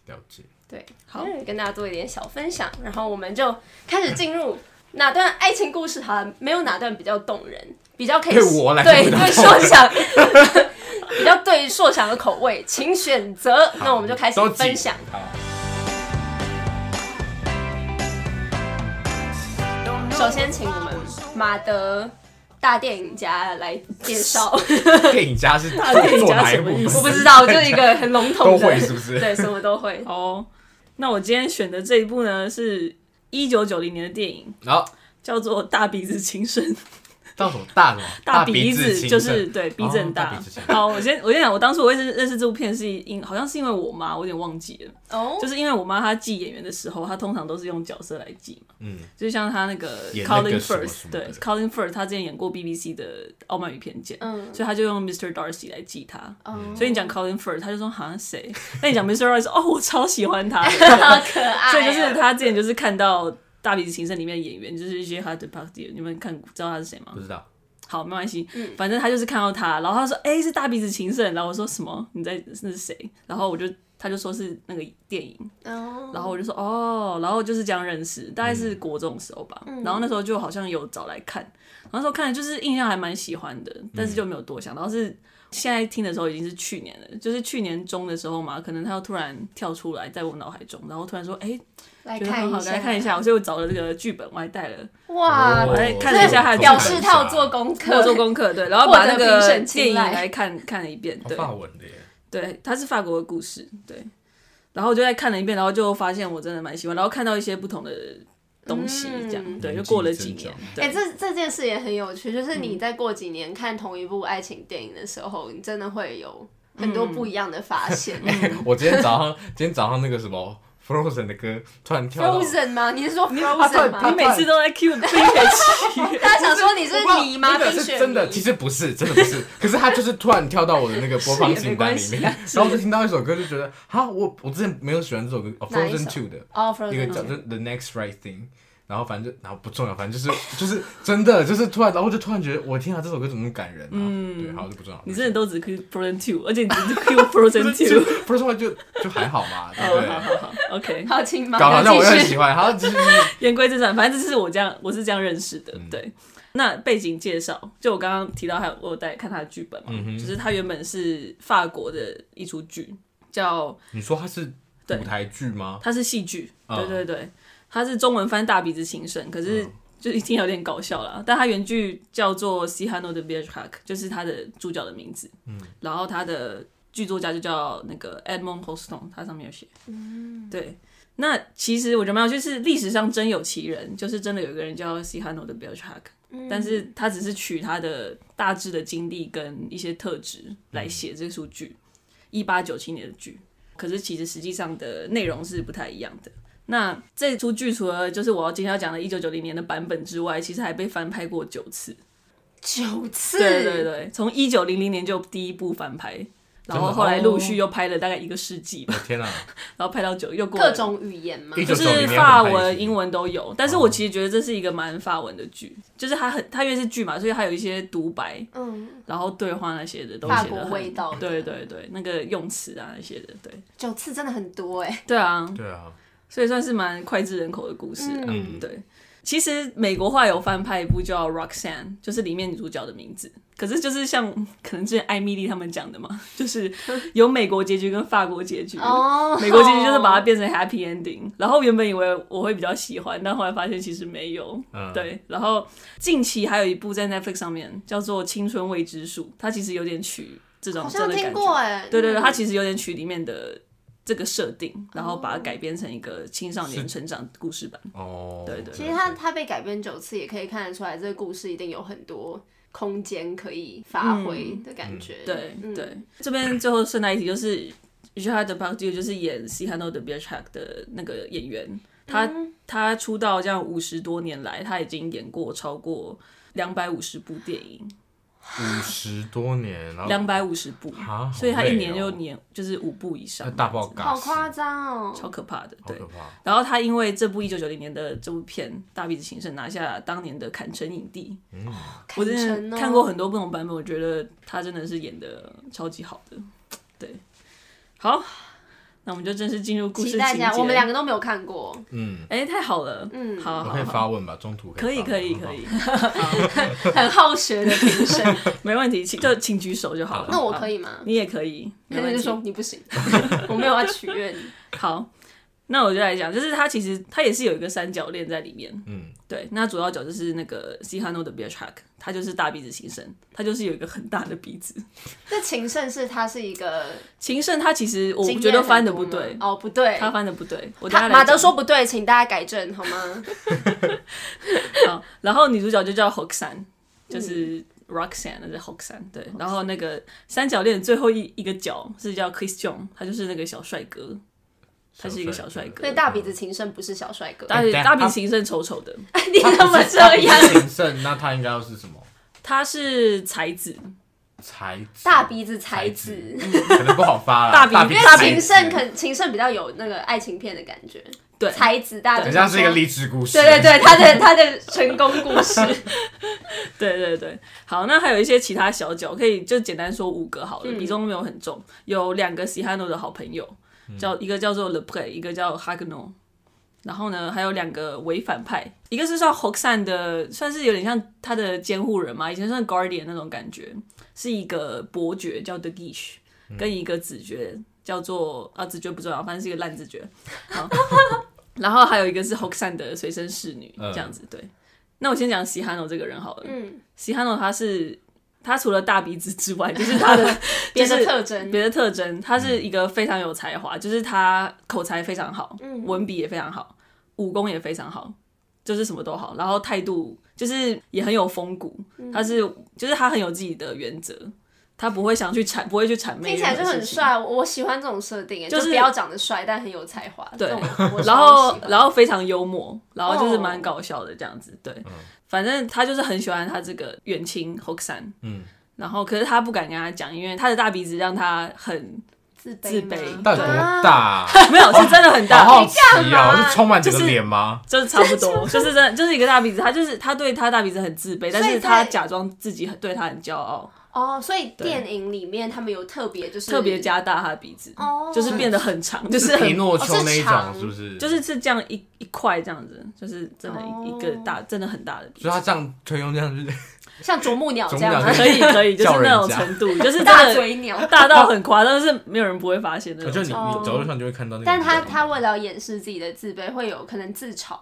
[SPEAKER 2] 了解。
[SPEAKER 1] 对，
[SPEAKER 3] 好
[SPEAKER 1] 嗯跟大家做一点小分享，然后我们就开始进入哪段爱情故事好了，没有哪段比较动人，比较可以
[SPEAKER 2] 对我来
[SPEAKER 1] 对
[SPEAKER 2] 说
[SPEAKER 1] 对硕想， 比较对硕想的口味，请选择。那我们就开始
[SPEAKER 2] 都
[SPEAKER 1] 分享。。
[SPEAKER 2] 好，
[SPEAKER 1] 首先，请我们马德大电影家来介 绍，
[SPEAKER 2] 电影 家是
[SPEAKER 3] 大电影家
[SPEAKER 2] 做做哪一
[SPEAKER 3] 什么
[SPEAKER 2] 部
[SPEAKER 3] 意思
[SPEAKER 1] 我不知道，就是一个很笼统的，
[SPEAKER 2] 都会是不是
[SPEAKER 1] 对，什么都会。
[SPEAKER 3] 好哦，那我今天选的这一部呢，是一九九零年的电影，
[SPEAKER 2] 然后
[SPEAKER 3] 叫做《大鼻子情深》。
[SPEAKER 2] 到什么大什么
[SPEAKER 3] 大
[SPEAKER 2] 鼻
[SPEAKER 3] 鼻
[SPEAKER 2] 子
[SPEAKER 3] 子
[SPEAKER 2] 亲
[SPEAKER 3] 就是
[SPEAKER 2] 生
[SPEAKER 3] 对鼻子很
[SPEAKER 2] 哦大
[SPEAKER 3] 大
[SPEAKER 2] 鼻子亲。
[SPEAKER 3] 好，我先我先讲，我当初我会是认识这部片是因好像是因为我妈，我有点忘记了，
[SPEAKER 1] 哦
[SPEAKER 3] 就是因为我妈她记演员的时候，她通常都是用角色来记嘛，
[SPEAKER 2] 嗯，
[SPEAKER 3] 就像她那个
[SPEAKER 2] 演那个
[SPEAKER 3] Colin
[SPEAKER 2] 什么什
[SPEAKER 3] Firth，
[SPEAKER 2] 么
[SPEAKER 3] 对
[SPEAKER 2] 的
[SPEAKER 3] Colin Firth，她之前演过 BBC 的《傲慢与偏见》，
[SPEAKER 1] 嗯
[SPEAKER 3] 所以她就用 Mr. Darcy 来记他。
[SPEAKER 1] 哦
[SPEAKER 3] 所以你讲 Colin Firth，他就说好像谁？那你讲 Mr. Darcy，哦，我超喜欢他的，
[SPEAKER 1] 好可爱哦，
[SPEAKER 3] 所以就是他之前就是看到《大鼻子情深》里面的演员，就是一些 h a r d p a r t y 你们看知道他是谁吗
[SPEAKER 2] 不？知道
[SPEAKER 3] 好，没关系，反正他就是看到他，然后他说：“哎、是大鼻子情圣。”然后我说：“什么？你在那是谁？”然后我就他就说是那个电影，
[SPEAKER 1] 哦，
[SPEAKER 3] 然后我就说哦，然后就是这样认识，大概是国中的时候吧。
[SPEAKER 1] 嗯
[SPEAKER 3] 然后那时候就好像有找来看，然后那时候看就是印象还蛮喜欢的，但是就没有多想。然后是现在听的时候已经是去年了，就是去年中的时候嘛，可能他又突然跳出来在我脑海中，然后突然说哎，
[SPEAKER 1] 来
[SPEAKER 3] 觉得
[SPEAKER 1] 看
[SPEAKER 3] 很好，
[SPEAKER 1] 一
[SPEAKER 3] 来
[SPEAKER 1] 下，
[SPEAKER 3] 看一下。所以我找了这个剧本，我还带了
[SPEAKER 1] 哇，
[SPEAKER 2] 哦
[SPEAKER 3] 哎看了一下他的
[SPEAKER 1] 表
[SPEAKER 3] 剧本
[SPEAKER 1] 示他有做功
[SPEAKER 3] 我
[SPEAKER 1] 课，
[SPEAKER 3] 做功课，对，然后把那
[SPEAKER 1] 获得评
[SPEAKER 3] 个
[SPEAKER 1] 审青睐
[SPEAKER 3] 电影来看看了一遍，
[SPEAKER 2] 哦
[SPEAKER 3] 对，
[SPEAKER 2] 法文的耶，
[SPEAKER 3] 对，它是法国的故事，对。然后我就在看了一遍，然后就发现我真的蛮喜欢，然后看到一些不同的东西，这样、
[SPEAKER 1] 嗯
[SPEAKER 3] 对，就
[SPEAKER 2] 年
[SPEAKER 3] 过了
[SPEAKER 2] 纪
[SPEAKER 3] 几年
[SPEAKER 2] 增长，
[SPEAKER 3] 对，嗯
[SPEAKER 1] 哎、这这件事也很有趣，就是你在过几年看同一部爱情电影的时候，你真的会有很
[SPEAKER 3] 嗯
[SPEAKER 1] 多不一样的发现。嗯
[SPEAKER 2] 我今天早上，今天早上那个什么 Frozen 的歌突然跳到，
[SPEAKER 1] Frozen 吗？你是说
[SPEAKER 2] 他突
[SPEAKER 1] Frozen
[SPEAKER 2] 然
[SPEAKER 1] 吗
[SPEAKER 2] 他？
[SPEAKER 3] 啊你每次都在 Q 冰雪奇
[SPEAKER 1] 大家想说你是你吗？
[SPEAKER 2] 真的
[SPEAKER 1] 冰
[SPEAKER 2] 是
[SPEAKER 1] 雪
[SPEAKER 2] 真的，
[SPEAKER 1] 迷
[SPEAKER 2] 其实不是，真的不 是。可是他就是突然跳到我的那个播放
[SPEAKER 3] 是也没
[SPEAKER 2] 清单
[SPEAKER 3] 关
[SPEAKER 2] 里
[SPEAKER 3] 系
[SPEAKER 2] 面
[SPEAKER 3] 啊，
[SPEAKER 2] 然后我就听到一首歌，就觉得哈，我我之前没有喜欢这首歌，哦
[SPEAKER 1] 哪一首
[SPEAKER 2] ，Frozen Two 的
[SPEAKER 1] 哦
[SPEAKER 2] 一个
[SPEAKER 1] ，Frozen
[SPEAKER 2] 叫 The The Next Right Thing。然后反正就，然后不重要，反正就是就是真的，就是突然，然后我就突然觉得，我天啊，这首歌怎么那么感人啊？
[SPEAKER 1] 嗯
[SPEAKER 2] 对，好，就不重要。
[SPEAKER 3] 你真的都只 Q Frozen Two，而且你只 Q Frozen Two。
[SPEAKER 2] 不是 o 就就还好嘛，对不
[SPEAKER 3] 哦，
[SPEAKER 2] 对
[SPEAKER 3] 好？好好，OK。
[SPEAKER 1] 好，请马
[SPEAKER 2] 搞好
[SPEAKER 1] 上
[SPEAKER 2] 像我又很
[SPEAKER 1] 继续。
[SPEAKER 2] 喜欢，好，继续。继续
[SPEAKER 3] 言归正传，反正这是我这样，我是这样认识的。对，那背景介绍，就我刚刚提到，还有我有带看他的剧本嘛，就是他原本是法国的一出剧，叫
[SPEAKER 2] 你说它是
[SPEAKER 3] 对
[SPEAKER 2] 舞台剧吗？
[SPEAKER 3] 它是戏剧，
[SPEAKER 2] 嗯
[SPEAKER 3] 对对对，它是中文翻《大鼻子情圣》，可是就一听有点搞笑啦。但它原剧叫做《西哈诺的 b i e r h a k 就是它的主角的名字。嗯，然后它的剧作家就叫那个 Edmond Hoston，它上面有写。嗯，对。那其实我觉得蛮有趣，是历史上真有其人，就是真的有一个人叫西哈诺的 b i e r h a k 但是他只是取他的大致的经历跟一些特质来写这出剧，一八九七年的剧。可是其实实际上的内容是不太一样的。那这出剧除了就是我要今天要讲的1990年的版本之外，其实还被翻拍过九次。
[SPEAKER 1] 九次，
[SPEAKER 3] 对对对，从1900年就第一部翻拍，然后
[SPEAKER 2] 真的
[SPEAKER 3] 后来陆
[SPEAKER 1] 哦
[SPEAKER 3] 续又拍了大概一个世纪吧，
[SPEAKER 2] 我天 啊！
[SPEAKER 3] 然后拍到九又过了
[SPEAKER 1] 各种语言吗？
[SPEAKER 2] 一哦
[SPEAKER 3] 就
[SPEAKER 2] 九
[SPEAKER 3] 是法文、英文都有，但是我其实觉得这是一个蛮法文的剧，就是它很它因为是剧嘛，所以它有一些独白，
[SPEAKER 1] 嗯，
[SPEAKER 3] 然后对话那些的都
[SPEAKER 1] 法
[SPEAKER 3] 写
[SPEAKER 1] 国
[SPEAKER 3] 的
[SPEAKER 1] 味
[SPEAKER 3] 很，
[SPEAKER 1] 道。
[SPEAKER 3] 对，对对，那个用词啊那些的，对
[SPEAKER 1] 九次真的很多哎、
[SPEAKER 3] 对啊，
[SPEAKER 2] 对啊，
[SPEAKER 3] 所以算是蛮脍炙人口的故事、啊。
[SPEAKER 1] 嗯
[SPEAKER 3] 对。其实美国话有翻拍一部叫《Roxanne》，就是里面女主角的名字。可是就是像可能之前艾米丽他们讲的嘛， 就是有美国结局跟法国结局。
[SPEAKER 1] 哦，
[SPEAKER 3] 嗯美国结局就是把它变成 happy ending，然后原本以为我会比较喜欢，但后来发现其实没有。
[SPEAKER 2] 嗯
[SPEAKER 3] 对，然后近期还有一部在 Netflix 上面叫做《青春未知数》，它其实有点取这种
[SPEAKER 1] 好
[SPEAKER 3] 真
[SPEAKER 1] 像
[SPEAKER 3] 的感
[SPEAKER 1] 听
[SPEAKER 3] 觉。
[SPEAKER 1] 过哎、
[SPEAKER 3] 对对对，
[SPEAKER 1] 嗯
[SPEAKER 3] 它其实有点取里面的这个设定，然后把它改编成一个青少年成长故事版。
[SPEAKER 2] 哦，
[SPEAKER 3] 对对
[SPEAKER 1] 其实它它被改编九次，也可以看得出来，这个故事一定有很多空间可以发挥的感觉。
[SPEAKER 3] 对
[SPEAKER 1] 嗯
[SPEAKER 3] 对，这边最后顺带一提就是，Richard d e p a r d i e u 就是演《西汉诺的 b e a r c h a k 的那个演员，他、他出道这样五十多年来，他已经演过超过两百五十部电影，
[SPEAKER 2] 五十多年，然后
[SPEAKER 3] 两百五十部，
[SPEAKER 2] 啊，
[SPEAKER 3] 所以他一年就
[SPEAKER 2] 又
[SPEAKER 3] 年就是五部以
[SPEAKER 2] 那
[SPEAKER 3] 上，
[SPEAKER 2] 大爆嘎，
[SPEAKER 1] 好夸张哦！
[SPEAKER 3] 超可怕的，
[SPEAKER 2] 好
[SPEAKER 3] 对
[SPEAKER 2] 可。怕。
[SPEAKER 3] 然后他因为这部一九九零年的这部片《大鼻子情圣》拿下当年的坎城影帝，
[SPEAKER 2] 嗯
[SPEAKER 3] 我真
[SPEAKER 1] 真
[SPEAKER 3] 的
[SPEAKER 1] 的
[SPEAKER 3] 看过很多不同版本，我觉得他真的是演的超级好的。对，好，那我们就正式进入故事
[SPEAKER 1] 期
[SPEAKER 3] 情
[SPEAKER 1] 待一下，我们两
[SPEAKER 3] 个，
[SPEAKER 1] 个都没有看过，
[SPEAKER 2] 嗯，
[SPEAKER 3] 哎，太好了，嗯，
[SPEAKER 1] 嗯
[SPEAKER 3] 好
[SPEAKER 2] 我
[SPEAKER 3] 好
[SPEAKER 2] 可以
[SPEAKER 3] 好，
[SPEAKER 2] 发问吧，中途
[SPEAKER 3] 可以
[SPEAKER 2] 可
[SPEAKER 3] 可以可
[SPEAKER 2] 以
[SPEAKER 3] 以，
[SPEAKER 1] 很好学 的评审。
[SPEAKER 3] 没问题，请就请举手就好了。
[SPEAKER 1] 那我可
[SPEAKER 3] 以，
[SPEAKER 1] 以吗？
[SPEAKER 3] 你也可以，没
[SPEAKER 1] 那
[SPEAKER 3] 问
[SPEAKER 1] 你就
[SPEAKER 3] 题。
[SPEAKER 1] 说你不行， 我没有要取 悦你。
[SPEAKER 3] 好，那我就来讲，就是他其实他也是有一个三角恋在里面，
[SPEAKER 2] 嗯，
[SPEAKER 3] 对，那主要角就是那个西哈诺的 b e a r t r a c k 他就是大鼻子情圣，他就是有一个很大的鼻子。
[SPEAKER 1] 那情圣是他是一个
[SPEAKER 3] 情圣他其实我
[SPEAKER 1] 经验
[SPEAKER 3] 觉得翻的
[SPEAKER 1] 很
[SPEAKER 3] 不
[SPEAKER 1] 多吗
[SPEAKER 3] 对，
[SPEAKER 1] 哦，不对，
[SPEAKER 3] 他翻的不对，我等
[SPEAKER 1] 他
[SPEAKER 3] 下来
[SPEAKER 1] 马德
[SPEAKER 3] 讲
[SPEAKER 1] 说不对，请大家改正好 吗？
[SPEAKER 3] 好，然后女主角就叫
[SPEAKER 1] 嗯
[SPEAKER 3] Hoxan，就是 Roxanne，那是 Hoxan，对。然后那个三角恋最后一一个角是叫 Christian，他就是那个小帅哥，他是一个小帅哥
[SPEAKER 1] 那大鼻子情圣不是小帅哥，
[SPEAKER 3] 大
[SPEAKER 2] 哎等一下
[SPEAKER 3] 大鼻
[SPEAKER 2] 他
[SPEAKER 3] 情圣丑丑的，
[SPEAKER 1] 你 怎么这样？
[SPEAKER 2] 情圣，那他应该要是什么？
[SPEAKER 3] 他是才子，
[SPEAKER 2] 才子，
[SPEAKER 1] 大鼻子才
[SPEAKER 2] 才
[SPEAKER 1] 子，
[SPEAKER 2] 可能不好发了。
[SPEAKER 3] 大鼻
[SPEAKER 2] 大鼻
[SPEAKER 1] 因为
[SPEAKER 2] 才子
[SPEAKER 1] 情圣可情圣比较有那个爱情片的感觉，
[SPEAKER 3] 对
[SPEAKER 1] 才子大，
[SPEAKER 2] 很像是一个励志故事。
[SPEAKER 1] 对对 对，他的他的成功故事，
[SPEAKER 3] 对对对，好，那还有一些其他小角，可以就简单说五个好了，比重没有很重。有两个西汉诺的好朋友，叫一个叫做 Le Play，一个叫 Hagnon。然后呢，还有两个伪反派，一个是叫 Hoxan 的，算是有点像他的监护人嘛，以前算 Guardian 那种感觉，是一个伯爵叫 The Gish，跟一个子爵叫做啊子爵不重要，反正是一个烂子爵。好然后还有一个是 Hoxan 的随身侍女，
[SPEAKER 2] 嗯
[SPEAKER 3] 这样子对。那我先讲西哈诺这个人好了，
[SPEAKER 1] 嗯，
[SPEAKER 3] 西哈诺他是他除了大鼻子之外，就 是他的
[SPEAKER 1] 别
[SPEAKER 3] 就
[SPEAKER 1] 的
[SPEAKER 3] 是
[SPEAKER 1] 特征，
[SPEAKER 3] 别的特征，他是一个非常有才华，就是他口才非常好，
[SPEAKER 1] 嗯
[SPEAKER 3] 文笔也非常好，武功也非常好，就是什么都好，然后态度就是也很有风骨，
[SPEAKER 1] 嗯
[SPEAKER 3] 他是就是他很有自己的原则，他不会想去谄，不会去谄媚，
[SPEAKER 1] 听起来就很。帅，我我喜欢这种设定耶，欸
[SPEAKER 3] 就是
[SPEAKER 1] 就不要长得帅，但很有才华。
[SPEAKER 3] 对
[SPEAKER 1] 这种我
[SPEAKER 3] 然后
[SPEAKER 1] 超喜，欢
[SPEAKER 3] 然后非常幽默，然后就是
[SPEAKER 1] 哦
[SPEAKER 3] 蛮搞笑的这样子。对，反正他就是很喜欢他这个远亲 Hoxan，
[SPEAKER 2] 嗯，
[SPEAKER 3] 然后可是他不敢跟他讲，因为他的大鼻子让他很
[SPEAKER 1] 自卑
[SPEAKER 3] 自
[SPEAKER 1] 吗
[SPEAKER 3] 卑
[SPEAKER 2] 到底多
[SPEAKER 3] 啊
[SPEAKER 2] 大？啊
[SPEAKER 3] 没有是真的很大，
[SPEAKER 2] 好好奇
[SPEAKER 1] 你干
[SPEAKER 2] 哦，
[SPEAKER 1] 嘛
[SPEAKER 2] 是充满整个
[SPEAKER 3] 啊就是
[SPEAKER 2] 脸吗？
[SPEAKER 3] 就是差不多，就是真的就是一个大鼻子，他就是他对他大鼻子很自卑，但
[SPEAKER 1] 所以
[SPEAKER 3] 是他
[SPEAKER 1] 在
[SPEAKER 3] 假装自己很对他很骄傲，
[SPEAKER 1] 哦，所以电影里面他们有特别就是
[SPEAKER 3] 特别加大他的鼻子，
[SPEAKER 1] 哦
[SPEAKER 3] 就是变得很长，就是是
[SPEAKER 2] 皮
[SPEAKER 3] 很
[SPEAKER 2] 诺丘
[SPEAKER 1] 哦是
[SPEAKER 2] 那一
[SPEAKER 1] 长
[SPEAKER 2] 种，是不是？
[SPEAKER 3] 就是是这样一一块这样子，就是真的一、一个大真的很大的鼻
[SPEAKER 2] 所
[SPEAKER 3] 子
[SPEAKER 2] 以，他这样推用这样就是
[SPEAKER 1] 像啄木鸟这
[SPEAKER 2] 啄
[SPEAKER 1] 样
[SPEAKER 2] 木
[SPEAKER 1] 吗
[SPEAKER 2] 鸟？
[SPEAKER 3] 可以可以，就是
[SPEAKER 2] 叫人
[SPEAKER 3] 那种
[SPEAKER 2] 家
[SPEAKER 3] 程度，就是
[SPEAKER 1] 大
[SPEAKER 3] 真的
[SPEAKER 1] 嘴鸟，
[SPEAKER 3] 大到很夸张，但是没有人不会发现的
[SPEAKER 2] 我
[SPEAKER 3] 那
[SPEAKER 2] 觉
[SPEAKER 3] 种
[SPEAKER 2] 得
[SPEAKER 3] 程
[SPEAKER 2] 你
[SPEAKER 3] 度。
[SPEAKER 1] 哦
[SPEAKER 2] 你走路上就会看到那 个。
[SPEAKER 1] 但他他为了掩饰自己的自卑，会有可能自嘲，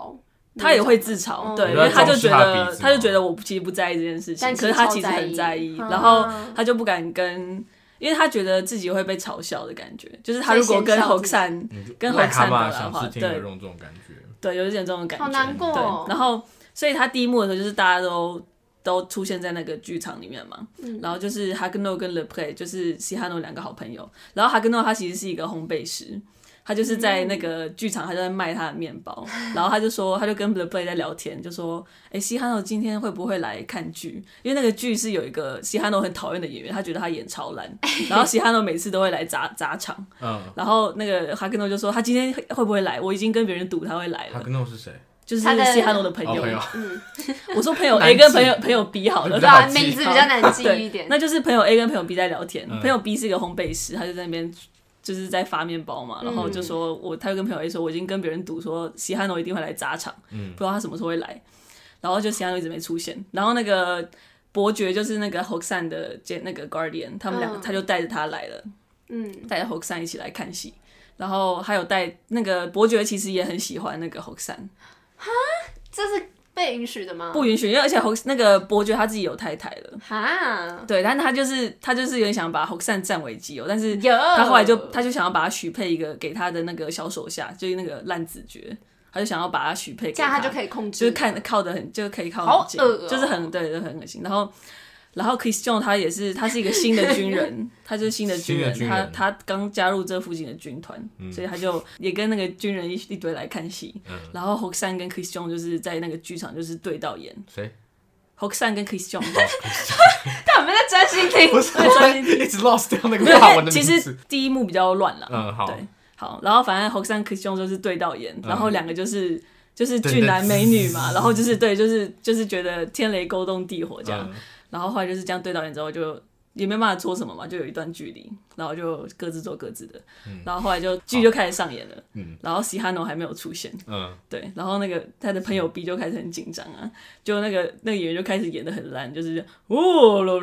[SPEAKER 3] 他也会自嘲，
[SPEAKER 1] 嗯
[SPEAKER 3] 对，
[SPEAKER 2] 你
[SPEAKER 3] 因
[SPEAKER 2] 说
[SPEAKER 3] 为他就觉
[SPEAKER 2] 他装饰他的鼻
[SPEAKER 3] 得
[SPEAKER 2] 子吗
[SPEAKER 3] 他就觉得我其实不在意这件事情，
[SPEAKER 1] 但
[SPEAKER 3] 可是他其
[SPEAKER 1] 其
[SPEAKER 3] 实
[SPEAKER 1] 实
[SPEAKER 3] 很在意，
[SPEAKER 1] 超在意
[SPEAKER 3] 然后
[SPEAKER 1] 啊
[SPEAKER 3] 他就不敢跟，因为他觉得自己会被嘲笑的感觉，就是他如果
[SPEAKER 1] 所以
[SPEAKER 3] 跟
[SPEAKER 1] 先笑
[SPEAKER 3] Hoxan
[SPEAKER 1] 自己
[SPEAKER 3] 跟
[SPEAKER 2] 海
[SPEAKER 3] Hoxan
[SPEAKER 2] 卡
[SPEAKER 3] 的
[SPEAKER 2] 玛
[SPEAKER 3] 的
[SPEAKER 2] 赏
[SPEAKER 3] 话，
[SPEAKER 2] 识天鹅
[SPEAKER 3] 对
[SPEAKER 2] 绒这种感觉，
[SPEAKER 3] 对，有一点这种感觉，
[SPEAKER 1] 好难过
[SPEAKER 3] 对
[SPEAKER 1] 哦，，
[SPEAKER 3] 然后所以他第一幕的时候就是大家都。都出现在那个剧场里面嘛，
[SPEAKER 1] 嗯
[SPEAKER 3] 然后就是哈根诺跟 Le Play，就是西哈诺两个好朋友。然后哈根诺他其实是一个烘焙师，他就是在那个剧场，他就在卖他的面包。
[SPEAKER 1] 嗯
[SPEAKER 3] 然后他就说，他就跟 Le Play 在聊天，就说：“哎、西哈诺今天会不会来看剧？因为那个剧是有一个西哈诺很讨厌的演员，他觉得他演 超烂，然后西哈诺每次都会来砸砸场。
[SPEAKER 2] 嗯，
[SPEAKER 3] 然后那个哈根诺就说他今天会会不会来？我已经跟别人赌他会来
[SPEAKER 2] 哈
[SPEAKER 3] 了，
[SPEAKER 2] 格诺是谁？
[SPEAKER 3] 就是
[SPEAKER 1] 他的
[SPEAKER 3] 西哈诺的朋
[SPEAKER 2] 哦
[SPEAKER 3] 友。
[SPEAKER 2] 朋友，
[SPEAKER 3] 我说朋友
[SPEAKER 2] 难
[SPEAKER 3] A
[SPEAKER 2] 记
[SPEAKER 3] 跟朋友朋友 B 好了
[SPEAKER 1] 对
[SPEAKER 2] 比较，
[SPEAKER 1] 啊，
[SPEAKER 2] 好记
[SPEAKER 1] 名字比较难记一
[SPEAKER 3] 对
[SPEAKER 1] 点，。
[SPEAKER 3] 那就是朋友 A 跟朋友 B 在聊天。
[SPEAKER 2] 嗯
[SPEAKER 3] 朋友 B 是一个烘焙师，他就在那边就是在发面包
[SPEAKER 2] 嗯
[SPEAKER 3] 嘛，然后就说我他就跟朋友 A 说，我已经跟别人赌说西汉诺一定会来砸场，
[SPEAKER 2] 嗯
[SPEAKER 3] 不知道他什么时候会来，然后就西汉诺一直没出现，然后那个。伯爵就是那个 Hoxan 的兼那个 Guardian，他们两个、
[SPEAKER 1] 嗯
[SPEAKER 3] 他就带着他来了，
[SPEAKER 1] 嗯，
[SPEAKER 3] 带着 Hoxan 一起来看戏，然后还有带那个伯爵其实也很喜欢那个 Hoxan，
[SPEAKER 1] 这是被允许的吗？
[SPEAKER 3] 不允许，因为而且 Hox 那个伯爵他自己有太太了，
[SPEAKER 1] 哈，
[SPEAKER 3] 对，但他就是他就是有点想把 Hoxan 占为己有，但是
[SPEAKER 1] 有
[SPEAKER 3] 他后来就他就想要把他许配一个给他的那个小手下，就是那个烂子爵，他就想要把他许配给
[SPEAKER 1] 这样他就
[SPEAKER 3] 以
[SPEAKER 1] 可以控制，
[SPEAKER 3] 就是看靠的很就可以靠
[SPEAKER 1] 好
[SPEAKER 3] 很近，
[SPEAKER 1] 恶哦
[SPEAKER 3] 就是很对，就很恶心。然后然后 Christian 他也是他是一个新的军人，他就是新的军人，
[SPEAKER 2] 新的军
[SPEAKER 3] 他
[SPEAKER 2] 人
[SPEAKER 3] 他刚加入这附近的军团，所以他就也跟那个军人一一堆来看戏。然后 Hoxan 跟 Christian 就是在那个剧场就是对到眼
[SPEAKER 2] 谁？哦
[SPEAKER 3] ，Hoxan 跟 Christian。
[SPEAKER 1] 他们在专心听，
[SPEAKER 2] 不是，
[SPEAKER 3] 对专心
[SPEAKER 2] 一直 lost 掉那个
[SPEAKER 3] 没有
[SPEAKER 2] 法文，的
[SPEAKER 3] 其
[SPEAKER 2] 名
[SPEAKER 3] 实
[SPEAKER 2] 字。
[SPEAKER 3] 第一幕比较乱了。
[SPEAKER 2] 嗯，好，
[SPEAKER 3] 对，好，然后反正 Hoxan k i s h o n 就是对到眼，然后两个就是就是
[SPEAKER 2] 嗯对
[SPEAKER 3] 俊男美女嘛，然后就是对，就是就是觉得天雷勾动地火这样，
[SPEAKER 2] 嗯
[SPEAKER 3] 然后后来就是这样对到眼之后就。也没办法做什么嘛，就有一段距离，然后就各自做各自的，
[SPEAKER 2] 嗯
[SPEAKER 3] 然后后来就剧就开始上演了，然后西哈诺还没有出现，
[SPEAKER 2] 嗯，
[SPEAKER 3] 对，然后那个他的朋友 B 就开始很紧张啊，就那个那个演员就开始演的很烂，就是哦，哦，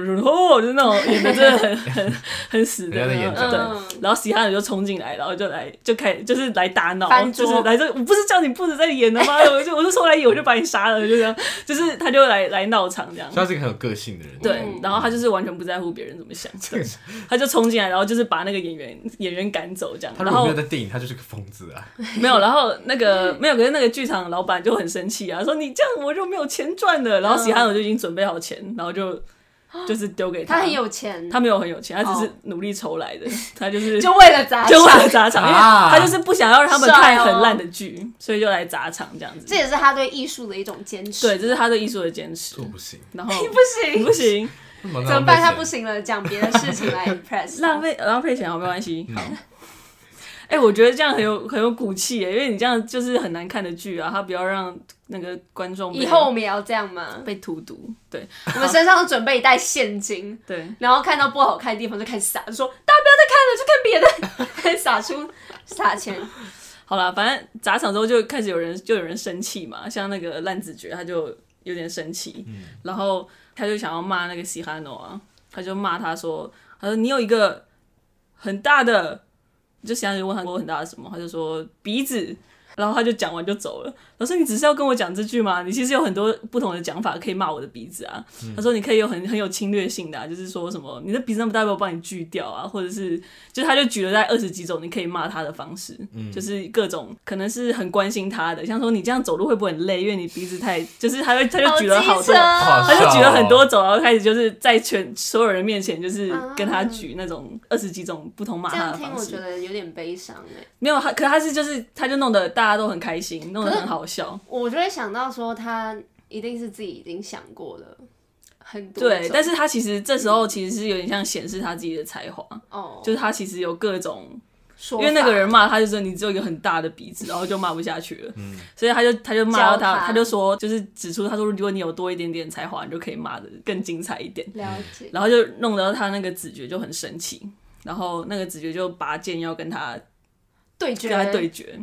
[SPEAKER 3] 就是那种演的真的很很很死的
[SPEAKER 2] 人家在
[SPEAKER 3] 那
[SPEAKER 2] 演
[SPEAKER 3] 种，
[SPEAKER 2] 啊
[SPEAKER 3] 对。
[SPEAKER 1] 嗯，
[SPEAKER 3] 然后其他人就冲进来，然后就来就开就是来打闹，
[SPEAKER 1] 翻
[SPEAKER 3] 就
[SPEAKER 1] 桌
[SPEAKER 3] 是来这我不是叫你不准再演了吗？我就我就说来演我就把你杀了，就这样，就是他就来来闹场这样
[SPEAKER 2] 所以。他是一个很有个性的人。
[SPEAKER 3] 对
[SPEAKER 1] 嗯，
[SPEAKER 3] 然后他就是完全不在乎别人怎么想，
[SPEAKER 2] 这个
[SPEAKER 3] 他就冲进来，然后就是把那个演员演员赶走这样。
[SPEAKER 2] 他
[SPEAKER 3] 然
[SPEAKER 2] 如果
[SPEAKER 3] 后
[SPEAKER 2] 没有在电影，他就是个疯子啊！
[SPEAKER 3] 没有，然后那个
[SPEAKER 1] 嗯
[SPEAKER 3] 没有，可是那个剧场老板就很生气啊，说你这样我就没有钱赚了。然后
[SPEAKER 1] 嗯
[SPEAKER 3] 喜憨我就已经准备好钱，然 后就就是丢给
[SPEAKER 1] 他
[SPEAKER 3] 他
[SPEAKER 1] 很有钱，
[SPEAKER 3] 他没有很有钱，他只是
[SPEAKER 1] 哦
[SPEAKER 3] 努力筹来的，他就是
[SPEAKER 1] 就为了砸
[SPEAKER 3] 就为了
[SPEAKER 1] 场，
[SPEAKER 3] 砸场，因为
[SPEAKER 2] 啊
[SPEAKER 3] 他就是不想要让他们看
[SPEAKER 1] 帅哦
[SPEAKER 3] 很烂的剧，所以就来砸场这样子
[SPEAKER 1] 这。也是他对艺术的一种坚持。
[SPEAKER 3] 对，这是他对艺术的坚持
[SPEAKER 2] 这。我不行，
[SPEAKER 3] 然后
[SPEAKER 1] 你不行
[SPEAKER 3] 不，行，
[SPEAKER 2] 怎么
[SPEAKER 1] 怎么办？他不
[SPEAKER 2] 行？
[SPEAKER 1] 行
[SPEAKER 3] 哦
[SPEAKER 1] 了，讲别的事情来 impress 他
[SPEAKER 2] 嗯
[SPEAKER 3] 浪费浪费钱好没关系。好哎、我觉得这样很有很有骨气耶，因为你这样就是很难看的剧啊，他不要让那个观众被
[SPEAKER 1] 以后我们也要这样 吗？
[SPEAKER 3] 被荼毒。对
[SPEAKER 1] 我们身上都准备一袋现金，
[SPEAKER 3] 对，
[SPEAKER 1] 然后看到不好看的地方就开始撒，就说大家不要再看了，去看别的， 撒出撒钱。
[SPEAKER 3] 好啦，反正砸场之后就开始有人就有人生气嘛，像那个烂子爵他就有点生气，然后他就想要骂那个西哈诺啊，他就骂他说，他说你有一个很大的，就西哈诺就问他我有很大的什么，他就说鼻子。然后他就讲完就走了。老师，你只是要跟我讲这句吗？你其实有很多不同的讲法可以骂我的鼻子啊。他说你可以有很很有侵略性的、啊，就是说什么你的鼻子那么大，要不要帮你锯掉啊？或者是就是他就举了在二十几种你可以骂他的方式，就是各种可能是很关心他的，像说你这样走路会不会很累，因为你鼻子太就是他会他就举了好
[SPEAKER 1] 机
[SPEAKER 3] 多
[SPEAKER 1] 车，
[SPEAKER 2] 好
[SPEAKER 3] 他就举了很多
[SPEAKER 2] 笑哦
[SPEAKER 3] 种，然后开始就是在全所有人面前就是跟他
[SPEAKER 1] 啊
[SPEAKER 3] 举那种二十几种不同骂
[SPEAKER 1] 这
[SPEAKER 3] 他的
[SPEAKER 1] 样听
[SPEAKER 3] 方
[SPEAKER 1] 我
[SPEAKER 3] 式
[SPEAKER 1] 觉。得有点悲伤哎、
[SPEAKER 3] 没有他，可他是就是他就弄得大家都很开心，弄得很好笑。
[SPEAKER 1] 我就会想到说他一定是自己已经想过了很多
[SPEAKER 3] 对，但
[SPEAKER 1] 是
[SPEAKER 3] 是他其实这时候其实是有点像显示他自己的才华，
[SPEAKER 1] 哦，
[SPEAKER 3] 就是他其实有各种，
[SPEAKER 1] 说
[SPEAKER 3] 因为那
[SPEAKER 1] 法
[SPEAKER 3] 个人骂他就说你只有一个很大的鼻子，然后就骂不下去了，所以他就他就骂
[SPEAKER 1] 教
[SPEAKER 3] 到他，
[SPEAKER 1] 他
[SPEAKER 3] 他就说就是指出他说如果你有多一点点才华，你就可以骂的更精彩一点，
[SPEAKER 1] 了解，
[SPEAKER 3] 然后就弄得他那个子爵就很生气，然后那个子爵就拔剑要跟他
[SPEAKER 1] 对
[SPEAKER 3] 就
[SPEAKER 1] 决
[SPEAKER 3] 跟他对决。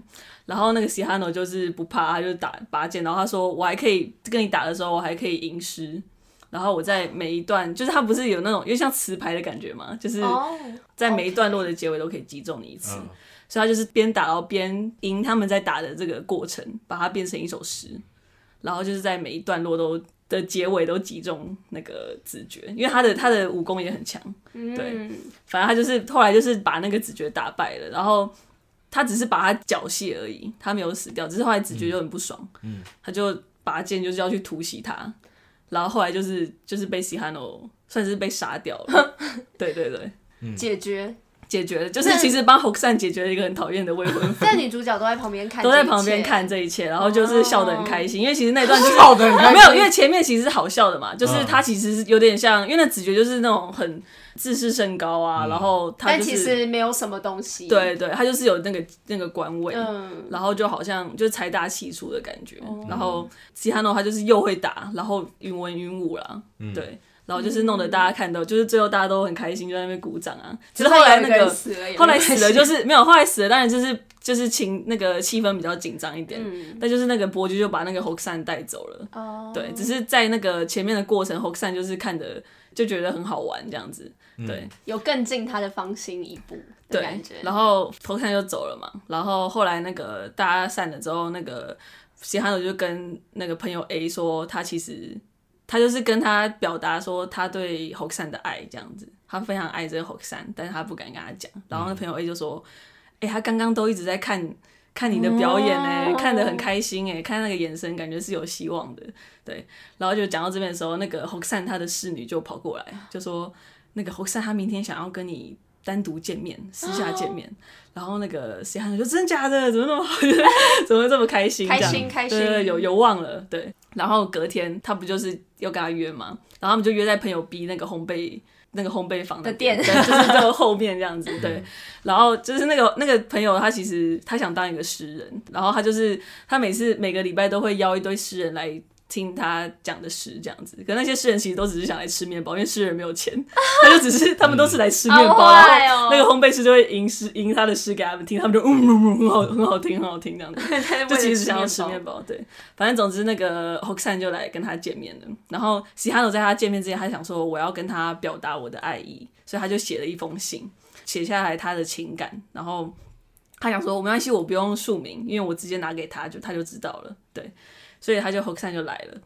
[SPEAKER 3] 然后那个西哈诺就是不怕，他就打拔剑，然后他说我还可以跟你打的时候，我还可以吟诗。然后我在每一段，就是他不是有那种，因为像词牌的感觉嘛，就是
[SPEAKER 1] 哦，
[SPEAKER 3] 在每一段落的结尾都可以击中你一次，
[SPEAKER 2] 嗯
[SPEAKER 3] 所以他就是边打然后边吟他们在打的这个过程，把它变成一首诗，然后就是在每一段落都的结尾都击中那个子爵，因为他的他的武功也很强，对
[SPEAKER 1] 嗯，
[SPEAKER 3] 反正他就是后来就是把那个子爵打败了，然后他只是把他缴械而已，他没有死掉，只是后来子爵就很不爽，嗯，他就拔剑就是要去突袭他，然后后来就是就是被西汉诺算是被杀掉 了，对对对，
[SPEAKER 1] 解决。
[SPEAKER 3] 解决了，就是其实帮 h o 解决了一个很讨厌的未婚 夫。
[SPEAKER 1] 但女主角都在旁边看，
[SPEAKER 3] 都在旁边看。这一切，然后就是笑得很开心，因为其实那 段就是
[SPEAKER 2] 笑得很开
[SPEAKER 3] 没有，
[SPEAKER 2] 心
[SPEAKER 3] 因为前面其实是好笑的嘛，就是
[SPEAKER 2] 嗯
[SPEAKER 3] 他其实是有点像，因为那子爵就是那种很自视甚高啊，然后他
[SPEAKER 1] 但
[SPEAKER 3] 就是
[SPEAKER 1] 其实没有什么东西。，
[SPEAKER 3] 对对，他就是有那个那个官位，
[SPEAKER 1] 嗯，哦
[SPEAKER 3] 然后就好像就是财大气粗的感觉。然后西哈诺他就是又会打，然后云文云武啦，对，然后就是弄得大家看到，就是最后大家都很开心，就在那边鼓掌啊。只是后来那
[SPEAKER 1] 嗯就算有一
[SPEAKER 3] 个
[SPEAKER 1] 人死了也没
[SPEAKER 3] 后来
[SPEAKER 1] 关系
[SPEAKER 3] 死了就是没有，后来死了当然就是就是情那个气氛比较紧张一点，但就是那个伯爵就把那个 h o 带走了。
[SPEAKER 1] 嗯哦，
[SPEAKER 3] 对，只是在那个前面的过程 h o 就是看的就觉得很好玩这样子，对，
[SPEAKER 1] 有更尽他的芳心一步的感觉。
[SPEAKER 3] 然后头看就走了嘛，然后后来那个大家散了之后，那个西哈努就跟那个朋友 A 说，他其实他就是跟他表达说他对 h o 的爱这样子，他非常爱这个 h o 但是他不敢跟他讲。然后那朋友 A 就说，哎、他刚刚都一直在看。看你的表演呢、
[SPEAKER 1] 哦
[SPEAKER 3] 看得很开心哎、看那个眼神，感觉是有希望的。对，然后就讲到这边的时候，那个 h o 他的侍女就跑过来，就说那个侯赛他明天想要跟你单独见
[SPEAKER 1] 哦
[SPEAKER 3] 面，私下见面。然后那个西汉就说真假的，怎么那么好， 怎么这么开心？
[SPEAKER 1] 开心
[SPEAKER 3] 这样
[SPEAKER 1] 开心
[SPEAKER 3] 对对对有有忘了对。然后隔天他不就是要跟他约嘛，然后他们就约在朋友 B 那个烘焙那个烘焙房那边
[SPEAKER 1] 的
[SPEAKER 3] 对就是在后面这样子 对。然后就是那个那个朋友，他其实他想当一个诗人，然后他就是他每次每个礼拜都会邀一堆诗人来听他讲的诗，这样子。可那些诗人其实都只是想来吃面包，因为诗人没有钱， 他就只是他们都是来吃面包，
[SPEAKER 1] 好坏
[SPEAKER 3] 然
[SPEAKER 1] 哦
[SPEAKER 3] 后那个烘焙师就会吟诗吟他的诗给他们听，他们就嗯嗯嗯，很好很好听很好听这样子。 就其实想要吃面
[SPEAKER 1] 包，
[SPEAKER 3] 包，对，反正总之那个 h o k s a n 就来跟他见面了。然后西哈努在他见面之前，他想说我要跟他表达我的爱意，所以他就写了一封信，写下来他的情感。然后他想说没关系，我不用署名，因为我直接拿给他就他就知道了，对，所以他就 h o k s a n 就来了。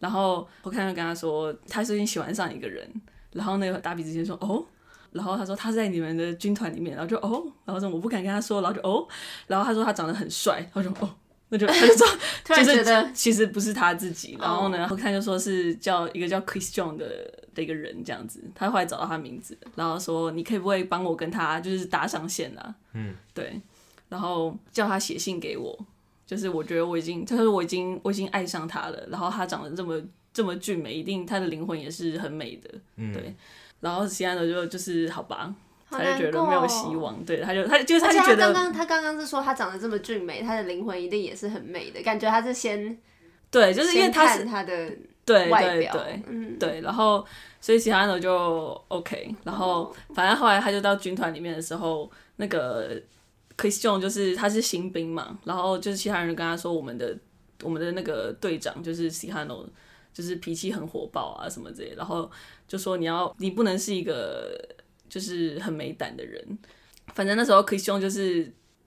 [SPEAKER 3] 然后 h o k s a n 就跟他说他最近喜欢上一个人，然后那个达比之前说哦。然后他说他是在你们的军团里面，然后就哦，然后说我不敢跟他说，然后就哦，然后他说他长得很帅，然后就哦，那就他就说
[SPEAKER 1] 突然
[SPEAKER 3] 就是
[SPEAKER 1] 觉得哦
[SPEAKER 3] 其实不是他自己。然后呢，我看就说是叫一个叫 Chris John 的的一个人这样子，他后来找到他名字，然后说你可以不可以帮我跟他就是搭上线啊？嗯，对，然后叫他写信给我，就是我觉得我已经，他说我已经我已经爱上他了，然后他长得这么这么俊美，一定他的灵魂也是很美的，对。然后西安的就就是好吧，
[SPEAKER 1] 好
[SPEAKER 3] 他就觉
[SPEAKER 1] 难
[SPEAKER 3] 得
[SPEAKER 1] 过
[SPEAKER 3] 没有
[SPEAKER 1] 哦
[SPEAKER 3] 希望，对，他就他就是
[SPEAKER 1] 而
[SPEAKER 3] 他
[SPEAKER 1] 且
[SPEAKER 3] 就
[SPEAKER 1] 他
[SPEAKER 3] 觉
[SPEAKER 1] 刚
[SPEAKER 3] 得，
[SPEAKER 1] 刚他刚刚是说他长得这么俊美，他的灵魂一定也是很美的，感觉他是先
[SPEAKER 3] 对，就是因为
[SPEAKER 1] 先
[SPEAKER 3] 他是
[SPEAKER 1] 看他的
[SPEAKER 3] 对
[SPEAKER 1] 外
[SPEAKER 3] 对
[SPEAKER 1] 表
[SPEAKER 3] 对，
[SPEAKER 1] 嗯，
[SPEAKER 3] 对，然后所以其他的就 OK，然后反正后来他就到军团里面的时候，那个 Christian 就是他是新兵嘛，然后就是其他人跟他说我们的我们的那个队长就是 c i h a n o 就是脾气很火爆啊什么之类的，然后就说你要你不能是一个就是很没胆的人，反正那时候 Christian 就是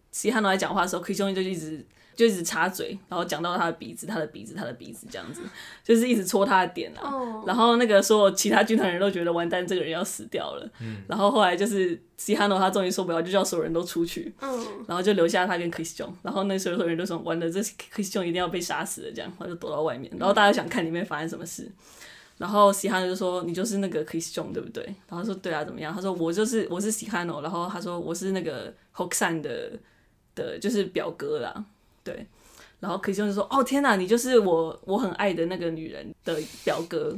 [SPEAKER 3] c i h a n o 在讲话的时候，Christian 就一直。就一直插嘴，然后讲到他的鼻子，他的鼻子，他的鼻子这样子，就是一直戳他的点啊。
[SPEAKER 1] 哦，
[SPEAKER 3] 然后那个所有其他军团人都觉得完蛋，这个人要死掉了。然后后来就是西哈诺他终于受不了，就叫所有人都出去，
[SPEAKER 1] 嗯，
[SPEAKER 3] 然后就留下他跟 Christian。然后那所有人都说完了，这 Christian 一定要被杀死了，这样，他就躲到外面。然后大家想看里面发生什么事。然后西哈诺就说：“你就是那个 Christian 对不对？”然后他说：“对啊，怎么样？”他说：“我就是我是西哈诺。”然后他说：“我是那个 Hoxan 的的，就是表哥啦。”对。然后 Christian 就说：“哦天哪，你就是我我很爱的那个女人的表哥。”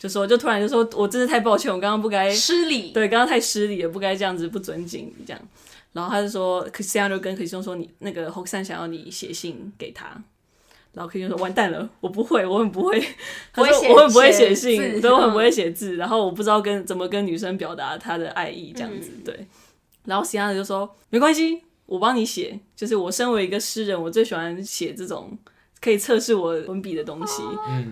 [SPEAKER 3] 就说就突然就说，我真的太抱歉，我刚刚不该，
[SPEAKER 1] 失礼，
[SPEAKER 3] 哎对，刚刚太失礼了，不该这样子，不尊敬你这样。然后他就说，克西亚就跟克西兄说，你那个侯山想要你写信给他。然后克西兄说，完蛋了，我不会，我很不会，
[SPEAKER 1] 不
[SPEAKER 3] 他
[SPEAKER 1] 会写
[SPEAKER 3] 说我很不会写
[SPEAKER 1] 写字嗯
[SPEAKER 3] 信，对，我很不会写字，然后我不知道跟怎么跟女生表达她的爱意这样子，
[SPEAKER 1] 嗯
[SPEAKER 3] 对。然后西亚就说，没关系，我帮你写，就是我身为一个诗人，我最喜欢写这种可以测试我文笔的东西。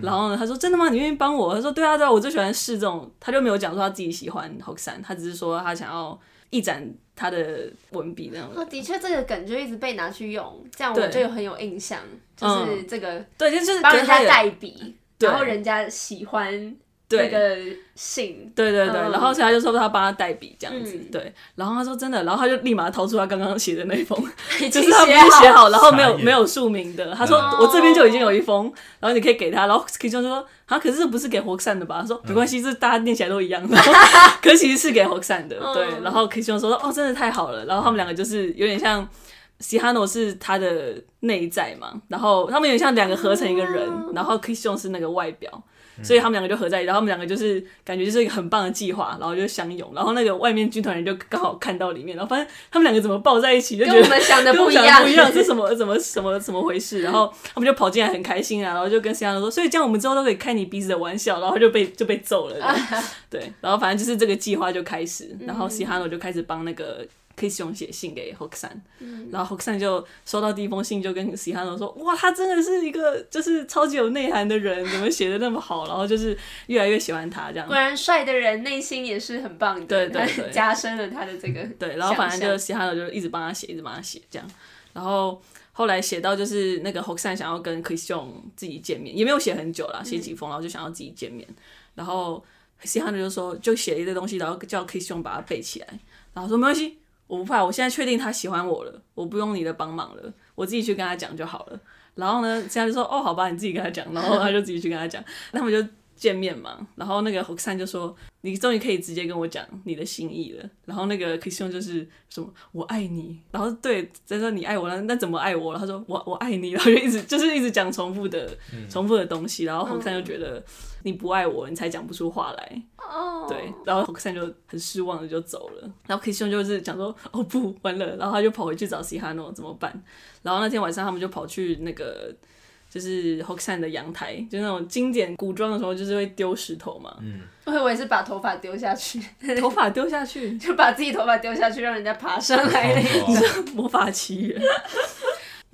[SPEAKER 3] 然后呢，他说真的吗？你愿意帮我？他说对啊对啊，我最喜欢试这种。他就没有讲说他自己喜欢 h o x a n 他只是说他想要一展他的文笔那种。
[SPEAKER 1] 哦，的确这个梗就一直被拿去用，这样
[SPEAKER 3] 对嗯
[SPEAKER 1] 我就有很有印象，就是这个
[SPEAKER 3] 对，就是
[SPEAKER 1] 帮
[SPEAKER 3] 可
[SPEAKER 1] 人
[SPEAKER 3] 是他
[SPEAKER 1] 家
[SPEAKER 3] 也
[SPEAKER 1] 代笔，
[SPEAKER 3] 对
[SPEAKER 1] 然后人家喜欢
[SPEAKER 3] 对
[SPEAKER 1] 那个姓，
[SPEAKER 3] 对对对，
[SPEAKER 1] 嗯
[SPEAKER 3] 然后所以他就说他帮他代笔这样子，
[SPEAKER 1] 嗯
[SPEAKER 3] 对，然后他说真的，然后他就立马掏出他刚刚写的那一封，
[SPEAKER 1] 已
[SPEAKER 3] 就
[SPEAKER 1] 经
[SPEAKER 3] 是他不
[SPEAKER 1] 写
[SPEAKER 3] 是写好，然后没
[SPEAKER 2] 傻
[SPEAKER 3] 有
[SPEAKER 2] 眼
[SPEAKER 3] 没有署名的，他说
[SPEAKER 1] 嗯
[SPEAKER 3] 我这边就已经有一封，然后你可以给他，然后 K 就说啊，可是这不是给 h o x a n 的吧？他说
[SPEAKER 2] 嗯
[SPEAKER 3] 没关系，这大家念起来都一样的，可是其实是给 h o x a n 的，
[SPEAKER 1] 嗯
[SPEAKER 3] 对，然后 K 就说哦，真的太好了，然后他们两个就是有点像。西哈诺是他的内在嘛，然后他们有点像两个合成一个人，然后 Christian 是那个外表，
[SPEAKER 2] 嗯
[SPEAKER 3] 所以他们两个就合在一起，然后他们两个就是感觉就是一个很棒的计划，然后就相拥，然后那个外面军团人就刚好看到里面，然后发现他们两个怎么抱在一起，就觉
[SPEAKER 1] 跟
[SPEAKER 3] 得
[SPEAKER 1] 我们想的
[SPEAKER 3] 跟我
[SPEAKER 1] 不一
[SPEAKER 3] 想
[SPEAKER 1] 样，
[SPEAKER 3] 不一样，这什么怎么什么怎么回事？然后他们就跑进来很开心啊，然后就跟西洋人说，所以这样我们之后都可以开你鼻子的玩笑，然后就被就被揍了 这样。对，然后反正就是这个计划就开始，
[SPEAKER 1] 嗯
[SPEAKER 3] 然后西哈诺就开始帮那个。k i s s 兄写信给 h o k s a
[SPEAKER 1] 嗯
[SPEAKER 3] n 然后 h o k s a n 就收到第一封信，就跟西哈诺说：“哇，他真的是一个就是超级有内涵的人，怎么写的那么好？然后就是越来越喜欢他这样。”
[SPEAKER 1] 果然帅的人内心也是很棒的，
[SPEAKER 3] 对对对
[SPEAKER 1] 加深了他的这个
[SPEAKER 3] 对，然后反正就是
[SPEAKER 1] 想
[SPEAKER 3] 西哈的就一直帮他写，一直帮他写这样。然后后来写到就是那个 h o x a n 想要跟 Christian 自己见面，也没有写很久啦，写几封，然后就想要自己见面。然后西哈的就说，就写了一堆东西，然后叫 Christian 把它背起来，然后说没关系，我不怕，我现在确定他喜欢我了，我不用你的帮忙了，我自己去跟他讲就好了。然后呢，西哈就说哦，好吧，你自己跟他讲，然后他就自己去跟他讲，那他们就。见面嘛，然后那个 h o x a n 就说：“你终于可以直接跟我讲你的心意了。然后那个 Christian 就是什么我爱你，然后对，再说你爱我了，那怎么爱我了？他说我我爱你，然后就一直就是一直讲重复的、重复的东西。然后 h o 就觉得你不爱我，你才讲不出话来。
[SPEAKER 1] 哦，
[SPEAKER 3] 对，然后 h o 就很失望的就走了。然后 Christian 就是讲说哦不完了，然后他就跑回去找 s i h a n o 怎么办？然后那天晚上他们就跑去那个。就是 h o x a n 的阳台，就那种经典古装的时候，就是会丢石头嘛，
[SPEAKER 1] 我以为是把头发丢下去，
[SPEAKER 3] 头发丢下去，
[SPEAKER 1] 就把自己头发丢下去，让人家爬上来那
[SPEAKER 3] 哦
[SPEAKER 2] 好
[SPEAKER 1] 种。
[SPEAKER 2] 哦 好
[SPEAKER 3] 魔法奇缘。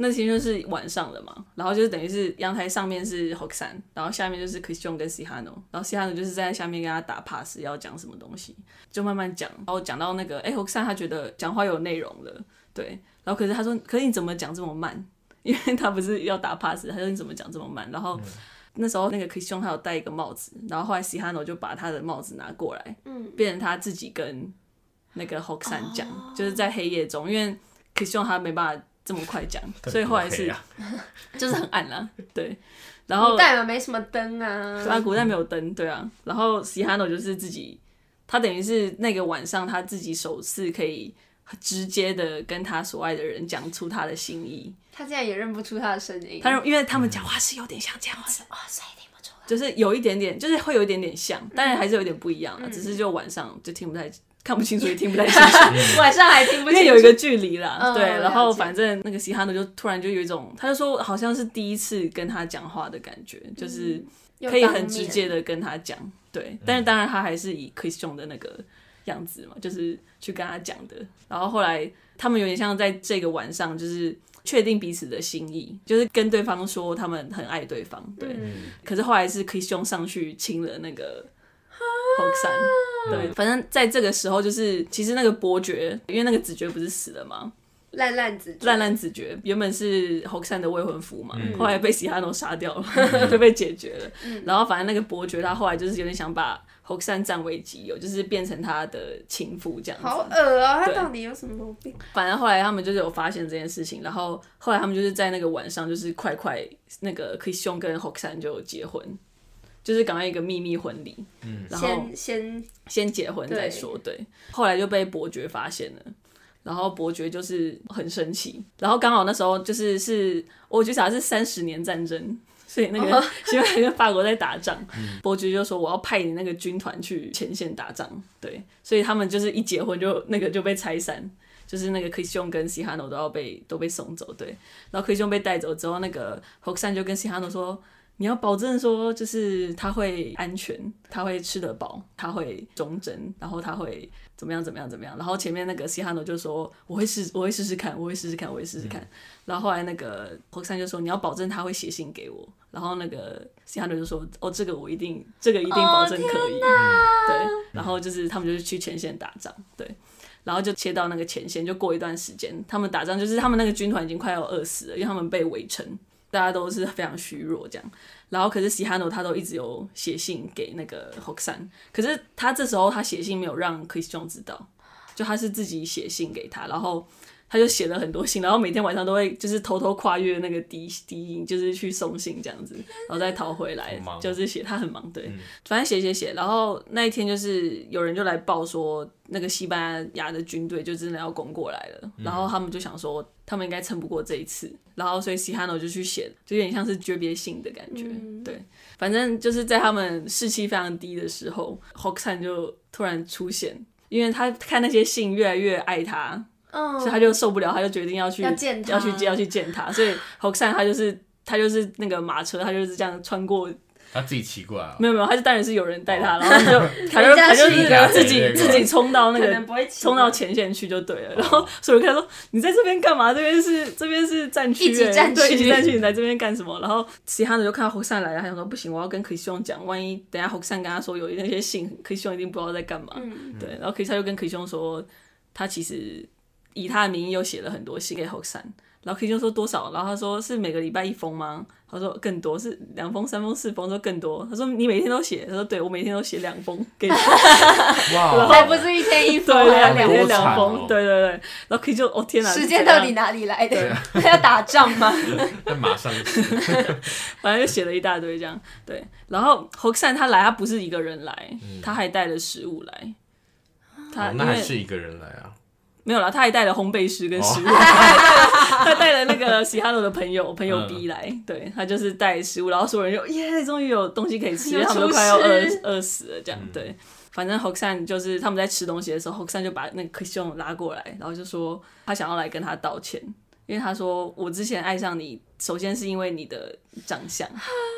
[SPEAKER 3] 那其实就是晚上了嘛，然后就是等于是阳台上面是 h o x a n 然后下面就是 Christian 跟 Sihano，然后 Sihano 就是在下面跟他打 pass 要讲什么东西，就慢慢讲，然后讲到那个哎 h o x a n 他觉得讲话有内容了，对，然后可是他说，可是你怎么讲这么慢？ 因为他不是要打 pass，他说你怎么讲这么慢？然后、
[SPEAKER 2] 嗯
[SPEAKER 3] 那时候那个 Christian 他有戴一个帽子，然后后来 Sihano 就把他的帽子拿过来，
[SPEAKER 1] 嗯，哦
[SPEAKER 3] 变成他自己跟那个 h o x a n 讲，就是在黑夜中，因为 Christian 他没办法这么快 讲， 所以后来
[SPEAKER 2] 更黑
[SPEAKER 3] 是
[SPEAKER 2] 啊
[SPEAKER 3] 就是很暗啦、啊对，然
[SPEAKER 1] 古
[SPEAKER 3] 后
[SPEAKER 1] 代嘛没什么灯啊，
[SPEAKER 3] 啊古代没有灯，对啊，然后 Sihano 就是自己，他等于是那个晚上他自己首次可以直接的跟他所爱的人讲出他的心意，
[SPEAKER 1] 他竟然也认不出他的声音，
[SPEAKER 3] 他因为他们讲话是有点像这样子，
[SPEAKER 1] 嗯哇塞，听不出来。
[SPEAKER 3] 就是有一点点，就是会有一点点像，当然还是有点不一样啊，
[SPEAKER 1] 嗯
[SPEAKER 3] 只是就晚上就听不太看不清楚，也听不 太清楚。
[SPEAKER 1] 晚上还听不
[SPEAKER 3] 嗯因为
[SPEAKER 1] 清
[SPEAKER 3] 有一
[SPEAKER 1] 楚
[SPEAKER 3] 个距离啦，
[SPEAKER 1] 嗯
[SPEAKER 3] 对，
[SPEAKER 1] 了
[SPEAKER 3] 然后
[SPEAKER 1] 解
[SPEAKER 3] 反正那个西哈努就突然就有一种，他就说好像是第一次跟他讲话的感觉，就是
[SPEAKER 1] 有
[SPEAKER 3] 可以
[SPEAKER 1] 当
[SPEAKER 3] 很直
[SPEAKER 1] 面
[SPEAKER 3] 接的跟他讲，对，但是当然他还是以 Christian 的那个样子嘛，就是去跟他讲的，然后后来他们有点像在这个晚上就是。确定彼此的心意，就是跟对方说他们很爱对方，对。
[SPEAKER 1] 嗯
[SPEAKER 3] 可是后来是 Christian 上去亲了那个 h o k s
[SPEAKER 1] 啊
[SPEAKER 3] a n 对，反正在这个时候，就是其实那个伯爵，因为那个子爵不是死了吗？
[SPEAKER 1] 烂烂子
[SPEAKER 3] 烂烂子爵原本是 h o k s a n 的未婚夫嘛，后来被西哈诺杀掉了， 就被解决了。然后反正那个伯爵他后来就是有点想把 h o k s a n 占为己有，就是变成他的情妇这样子。
[SPEAKER 1] 好恶啊、他
[SPEAKER 3] 对
[SPEAKER 1] 到底有什么毛病？
[SPEAKER 3] 反正后来他们就是有发现这件事情，然后后来他们就是在那个晚上，就是快快那个 c h r i s t i a n 跟 h o k s a n 就结婚，就是赶快一个秘密婚礼，嗯，然后
[SPEAKER 1] 先先
[SPEAKER 3] 先结婚再说，对。后来就被伯爵发现了，然后伯爵就是很生气，然后刚好那时候就是是，我觉得好像是三十年战争。 所以那个西班牙跟法国在打仗，伯爵就说我要派你那个军团去前线打仗，对，所以他们就是一结婚就那个就被拆散，就是那个 c h r i s t i a n 跟西哈诺都要被都被送走，对，然后 c h r i s t i a n 被带走之后，那个 h o k s a n 就跟西哈诺说，你要保证说，就是他会安全，他会吃得饱，他会忠贞，然后他会怎么样怎么样怎么样。然后前面那个西哈诺就说，我会试，我会试试看，我会试试看，我会试试看。然后后来那个霍山就说，你要保证他会写信给我。然后那个西哈诺就说，哦，这个我一定，这个一定保证可以。对，然后就是他们就是去前线打仗，对。然后就切到那个前线，就过一段时间，他们打仗就是他们那个军团已经快要饿死了，因为他们被围城，大家都是非常虚弱这样。然后可是西哈诺他都一直有写信给那个 h o k s a n 可是他这时候他写信没有让 Christian 知道，就他是自己写信给他，然后他就写了很多信，然后每天晚上都会就是偷偷跨越那个敌敌营，就是去送信这样子，然后再逃回来
[SPEAKER 2] 好忙，
[SPEAKER 3] 就是写他很忙，对，反正写写写，然后那一天就是有人就来报说那个西班牙的军队就真的要攻过来了，然后他们就想说他们应该撑不过这一次，然后所以西哈诺就去写，就有点像是诀别信的感觉，
[SPEAKER 1] 嗯
[SPEAKER 3] 对，反正就是在他们士气非常低的时候 h o k s a n 就突然出现。因为他看那些信越来越爱他，
[SPEAKER 1] 嗯
[SPEAKER 3] 所以他就受不了，他就决定要去
[SPEAKER 1] 要见他
[SPEAKER 3] 要去要去见他。所以 h o k s a n 他就是他就是那个马车，他就是这样穿过，
[SPEAKER 2] 他自己骑过来啊，
[SPEAKER 3] 没有没有，他就当然是有人带
[SPEAKER 1] 哦
[SPEAKER 3] 他，然后他就他就他就是
[SPEAKER 1] 人
[SPEAKER 2] 家是
[SPEAKER 3] 自
[SPEAKER 2] 一
[SPEAKER 3] 己
[SPEAKER 2] 个
[SPEAKER 3] 自己冲到那
[SPEAKER 1] 可
[SPEAKER 3] 个
[SPEAKER 1] 能不会骑
[SPEAKER 3] 冲到前线去就对了。然后所以我看说你在这边干嘛？这边是这边是战区欸，
[SPEAKER 1] 一级战区
[SPEAKER 3] 对，一级战区，你来这边干什么？然后其他的就看到 h o k s a n 来了，他想说不行，我要跟 k r i s t i a n 讲，万一等一下 h o k s a n 跟他说有那些信 k r i s t i a n 一定不知道在干嘛。对，然后 k r i s t i a n 就跟 k r i s t i a n 说，他其实以他的名义又写了很多信给 h o k s a n 然后 K 就说多少，然后他说是每个礼拜一封吗？他说更多，是两封、三封、四封，说更多。他说你每天都写，他说对我每天都写两封给你，
[SPEAKER 2] 哇，哦
[SPEAKER 1] 还不是一天一封， 啊
[SPEAKER 3] 对，
[SPEAKER 1] 还有
[SPEAKER 3] 两
[SPEAKER 1] 两
[SPEAKER 3] 天
[SPEAKER 2] 天
[SPEAKER 3] 两封，
[SPEAKER 2] 哦
[SPEAKER 3] 对对对。然后 K 就哦天哪，
[SPEAKER 1] 时
[SPEAKER 3] 是
[SPEAKER 1] 间
[SPEAKER 3] 怎样
[SPEAKER 1] 到底哪里来的？ 要打仗 吗？
[SPEAKER 2] 那马上
[SPEAKER 3] 啊
[SPEAKER 2] 哦
[SPEAKER 3] 反正就写了一大堆这样。对，然后 h o k s a n 他来，他不是一个人来，他还带了食物来。他
[SPEAKER 2] 嗯哦
[SPEAKER 3] 因
[SPEAKER 2] 那还
[SPEAKER 3] 为
[SPEAKER 2] 是一个人来啊，
[SPEAKER 3] 没有啦，他还带了烘焙师跟食物， 他还带了他带了那个喜哈罗的朋友朋友 B 来，对他就是带食物，然后所有人就耶，终于有东西可以吃，因
[SPEAKER 1] 有
[SPEAKER 3] 为
[SPEAKER 1] 厨
[SPEAKER 3] 他
[SPEAKER 1] 师
[SPEAKER 3] 们都快要饿饿死了这样。对，反正 h o k s a n 就是他们在吃东西的时候 h o k s a n 就把那个 Christian 拉过来，然后就说他想要来跟他道歉，因为他说我之前爱上你，首先是因为你的长相，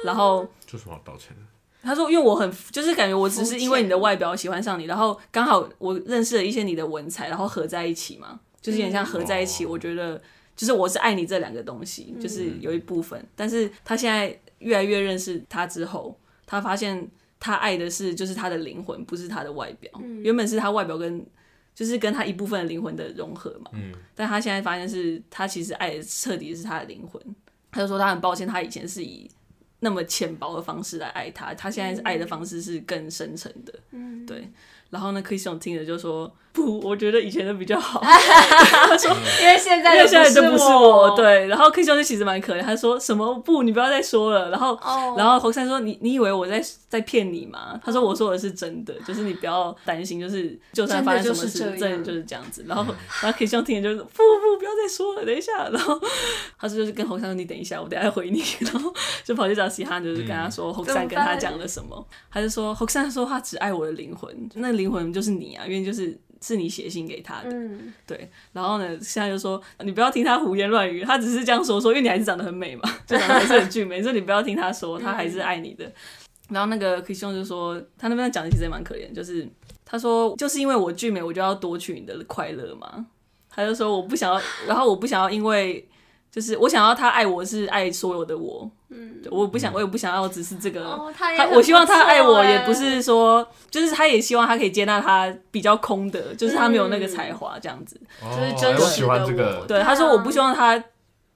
[SPEAKER 3] 然后。
[SPEAKER 2] 这有什么好道歉的？
[SPEAKER 3] 他说：“因为我很就是感觉我只是因为你的外表喜欢上你，然后刚好我认识了一些你的文采，然后合在一起嘛，就是有点像合在一起。
[SPEAKER 2] 哦
[SPEAKER 3] 我觉得就是我是爱你这两个东西，就是有一部分。但是他现在越来越认识他之后，他发现他爱的是就是他的灵魂，不是他的外表。原本是他外表跟就是跟他一部分的灵魂的融合嘛。但他现在发现是他其实爱的彻底是他的灵魂。他就说他很抱歉，他以前是以那么浅薄的方式来爱他，他现在爱的方式是更深沉的。嗯，对。然后呢，Kristen 听着就说不，我觉得以前的比较好。
[SPEAKER 1] 因为现在
[SPEAKER 3] 因为现在
[SPEAKER 1] 就
[SPEAKER 3] 就不是
[SPEAKER 1] 我，
[SPEAKER 3] 我，，对。然后 K 兄就其实蛮可怜，他说什么不，你不要再说了。然后
[SPEAKER 1] 哦
[SPEAKER 3] 然后侯山说你你以为我在在骗你吗？他说我说的是真的，就是你不要担心，就是就算发生什么事
[SPEAKER 1] 真的就是，这样
[SPEAKER 3] 真的就是这样子。然后然后 K 兄听了就是不不不要再说了，等一下。然后他说就是跟侯山说你等一下，我等一下回你。然后就跑去找西汉，就是跟他说侯山跟他讲了什
[SPEAKER 1] 嗯
[SPEAKER 3] 么，他就说侯山说他只爱我的灵魂，那灵魂就是你啊，因为就是是你写信给他的。
[SPEAKER 1] 嗯，
[SPEAKER 3] 对，然后呢，现在就说你不要听他胡言乱语，他只是这样说说，因为你还是长得很美嘛，就长得还是很俊美，所以 你不要听他说，他还是爱你的。然后那个 K 兄就说，他那边讲的其实也蛮可怜，就是他说就是因为我俊美，我就要夺取你的快乐嘛。他就说我不想要，然后我不想要，因为就是我想要他爱我是爱所有的我，嗯，我不想我也不想要只是这个，
[SPEAKER 1] 哦，他也
[SPEAKER 3] 他
[SPEAKER 1] 很
[SPEAKER 3] 我希望他
[SPEAKER 1] 错
[SPEAKER 3] 爱我，
[SPEAKER 1] 欸
[SPEAKER 3] 也不是说，就是他也希望他可以接纳他比较空的，就是他没有那个才华这样子。
[SPEAKER 1] 是
[SPEAKER 2] 哦
[SPEAKER 1] 真
[SPEAKER 2] 我
[SPEAKER 1] 实
[SPEAKER 2] 喜欢
[SPEAKER 1] 的
[SPEAKER 2] 这
[SPEAKER 1] 我
[SPEAKER 2] 个，
[SPEAKER 3] 对，
[SPEAKER 1] 嗯对啊
[SPEAKER 3] 他说我不希望他，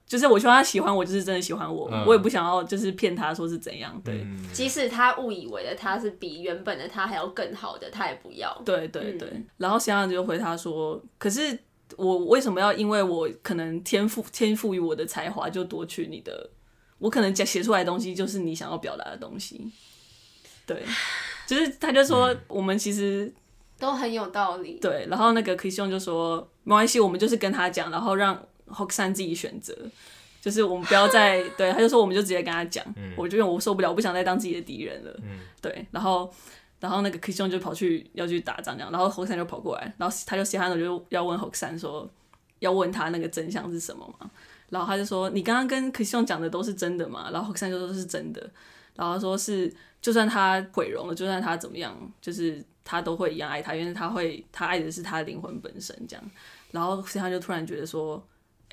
[SPEAKER 3] 就是我希望他喜欢我，就是真的喜欢我，
[SPEAKER 2] 嗯
[SPEAKER 3] 我也不想要就是骗他说是怎样。对，
[SPEAKER 2] 嗯
[SPEAKER 1] 即使他误以为的他是比原本的他还要更好的，他也不要。
[SPEAKER 3] 对对对。
[SPEAKER 1] 嗯
[SPEAKER 3] 然后想想就回他说，可是我为什么要因为我可能天赋天赋于我的才华就夺取你的？我可能讲写出来的东西就是你想要表达的东西。对，就是他就说
[SPEAKER 2] 嗯
[SPEAKER 3] 我们其实
[SPEAKER 1] 都很有道理。
[SPEAKER 3] 对，然后那个 K 兄就说没关系，我们就是跟他讲，然后让 Hok San 自己选择，就是我们不要再对，他就说我们就直接跟他讲，我就因为我受不了，我不想再当自己的敌人了，对，然后。然后那个 K 兄就跑去要去打仗这样，然后 Hok San 就跑过来，然后他就西汉的就要问 Hok San 说，要问他那个真相是什么嘛？然后他就说你刚刚跟 K 兄讲的都是真的嘛？然后 Hok San 就说是真的，然后他说是就算他毁容了，就算他怎么样，就是他都会一样爱他，因为他会他爱的是他的灵魂本身这样。然后所以他就突然觉得说，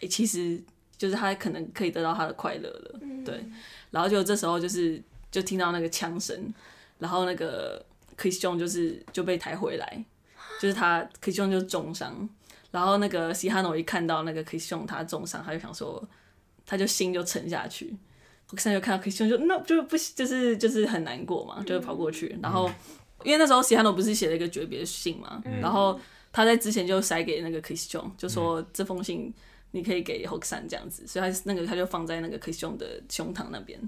[SPEAKER 3] 哎、其实就是他可能可以得到他的快乐了，对。然后就这时候就是就听到那个枪声，然后那个 Chris 兄就是就被抬回来，就是他 Chris 兄就重伤。然后那个西哈诺一看到那个 Chris 兄他重伤，他就想说，他就心就沉下去。我现在就看到 Chris 兄就那就不就是就是很难过嘛，就跑过去，然后。因为那时候西汉诺不是写了一个诀别信嘛，然后他在之前就塞给那个 Chris 兄，就说这封信你可以给 Hook San 这样子，所以他那个他就放在那个 Chris 兄的胸膛那边，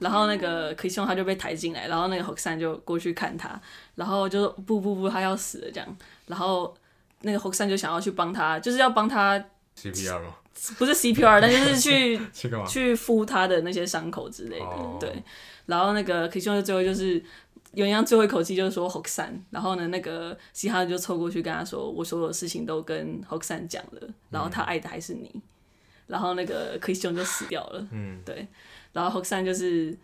[SPEAKER 3] 然后那个 Chris 兄他就被抬进来，然后那个 Hook San 就过去看他，然后就说不不不，他要死了这样，然后那个 Hook San 就想要去帮他，就是要帮他
[SPEAKER 2] CPR 吗？
[SPEAKER 3] 不是 CPR，但就是去
[SPEAKER 2] 去干嘛？
[SPEAKER 3] 去敷他的那些伤口之类的。
[SPEAKER 2] 哦
[SPEAKER 3] 对，然后那个 K 兄就最后就是有一样最后一口气就是说 h o k s a n 然后呢，那个西哈就凑过去跟他说：“我所有事情都跟 h o k s a n 讲了，然后他爱的还是你。然后那个 K 兄就死掉了。
[SPEAKER 2] 嗯，
[SPEAKER 3] 对，然后 h o k s a n 就是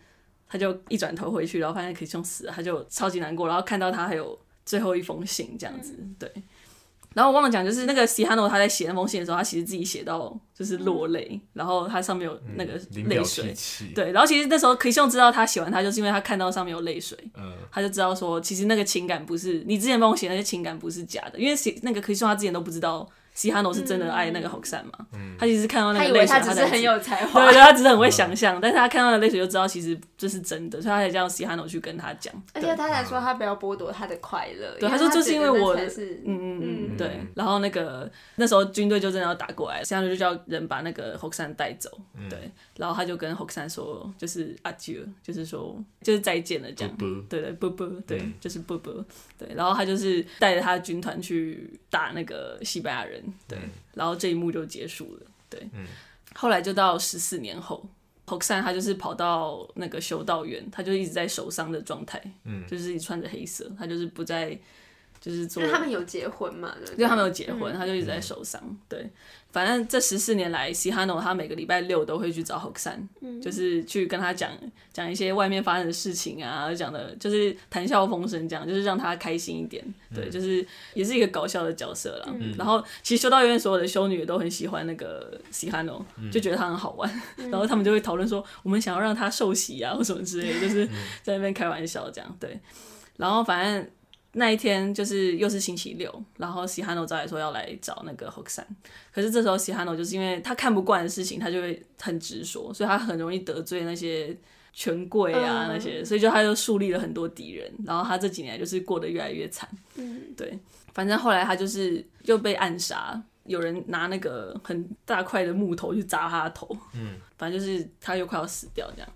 [SPEAKER 3] 他就一转头回去，然后发现 K 兄死了，他就超级难过，然后看到他还有最后一封信这样子，
[SPEAKER 1] 嗯
[SPEAKER 3] 对。然后我忘了讲，就是那个西哈诺他在写那封信的时候，他其实自己写到就是
[SPEAKER 1] 嗯
[SPEAKER 3] 落泪，然后他上面有那个
[SPEAKER 2] 嗯零
[SPEAKER 3] 泪
[SPEAKER 2] 表
[SPEAKER 3] 水
[SPEAKER 2] 涕，泣，
[SPEAKER 3] 对。然后其实那时候 K 兄知道他写完他，就是因为他看到上面有泪水，
[SPEAKER 2] 嗯，
[SPEAKER 3] 他就知道说，其实那个情感不是你之前帮我写那些情感不是假的，因为写那个 K 兄他之前都不知道西哈诺是真的爱那个 h o k s a n 嘛，
[SPEAKER 2] 嗯
[SPEAKER 3] 他其实是看到
[SPEAKER 1] 嗯
[SPEAKER 3] 那
[SPEAKER 1] 他
[SPEAKER 3] 个
[SPEAKER 1] 以
[SPEAKER 3] 泪
[SPEAKER 1] 为
[SPEAKER 3] 水，
[SPEAKER 1] 他只
[SPEAKER 3] 才
[SPEAKER 1] 是很有才华
[SPEAKER 3] 对，对，他只是很会想象，但是他看到的泪水就知道其实这是真的，所以他才叫西哈诺去跟他讲。
[SPEAKER 1] 而
[SPEAKER 3] 对
[SPEAKER 1] 且他才说他不要剥夺他的快乐，
[SPEAKER 3] 对
[SPEAKER 1] 因
[SPEAKER 3] 他说就是因为我
[SPEAKER 1] 觉得那才是
[SPEAKER 3] 嗯嗯嗯，
[SPEAKER 1] 嗯
[SPEAKER 3] 对。然后那个那时候军队就真的要打过来，西哈诺就叫人把那个 h o k s a n 带走，对。然后他就跟 h o k s a n 说，就是阿 d 就是说就是再见了这样。
[SPEAKER 2] 不
[SPEAKER 3] 对对，波波，对，就是波波，对。然后他就是带着他的军团去打那个西班牙人，对。然后这一幕就结束了，对。后来就到十四年后。h o k s a n 他就是跑到那个修道院，他就一直在守丧的状态，嗯，就是一直穿着黑色，他就是不在，就是做
[SPEAKER 1] 因为他们有结婚嘛，对不对
[SPEAKER 3] 因为他没有结婚，他就一直在受伤。对，反正这十四年来，西哈诺他每个礼拜六都会去找 h o k s a n 就是去跟他讲讲一些外面发生的事情啊，讲的就是谈笑风生，这样就是让他开心一点。对，就是也是一个搞笑的角色啦。然后其实修道院所有的修女也都很喜欢那个西哈诺，就觉得他很好玩，然后他们就会讨论说我们想要让他受洗啊或什么之类的，就是在那边开玩笑这样。对，然后反正。那一天就是又是星期六，然后西哈诺照理说要来找那个 h o k s a n 可是这时候西哈诺就是因为他看不惯的事情，他就会很直说，所以他很容易得罪那些权贵啊
[SPEAKER 1] 嗯
[SPEAKER 3] 那些，所以就他就树立了很多敌人，然后他这几年就是过得越来越惨。
[SPEAKER 1] 嗯，
[SPEAKER 3] 对，反正后来他就是又被暗杀，有人拿那个很大块的木头去砸他的头，嗯，反正就是他又快要死掉这样。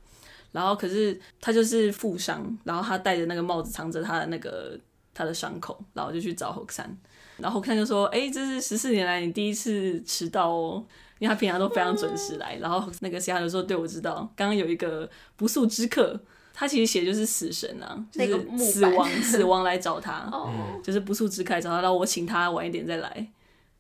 [SPEAKER 3] 然后可是他就是负伤，然后他戴着那个帽子藏着他的那个他的伤口，然后就去找侯山，然后侯山就说：“哎，这是十四年来你第一次迟到哦。”因为他平常都非常准时来，然后那个西亚就说：“对，我知道，刚刚有一个不速之客，他其实写的就是死神啊，就
[SPEAKER 1] 那个
[SPEAKER 3] 是
[SPEAKER 1] 木
[SPEAKER 3] 死
[SPEAKER 1] 板
[SPEAKER 3] 亡，死亡来找他。”
[SPEAKER 1] 哦，
[SPEAKER 3] 就是不速之客来找他，然后我请他晚一点再来，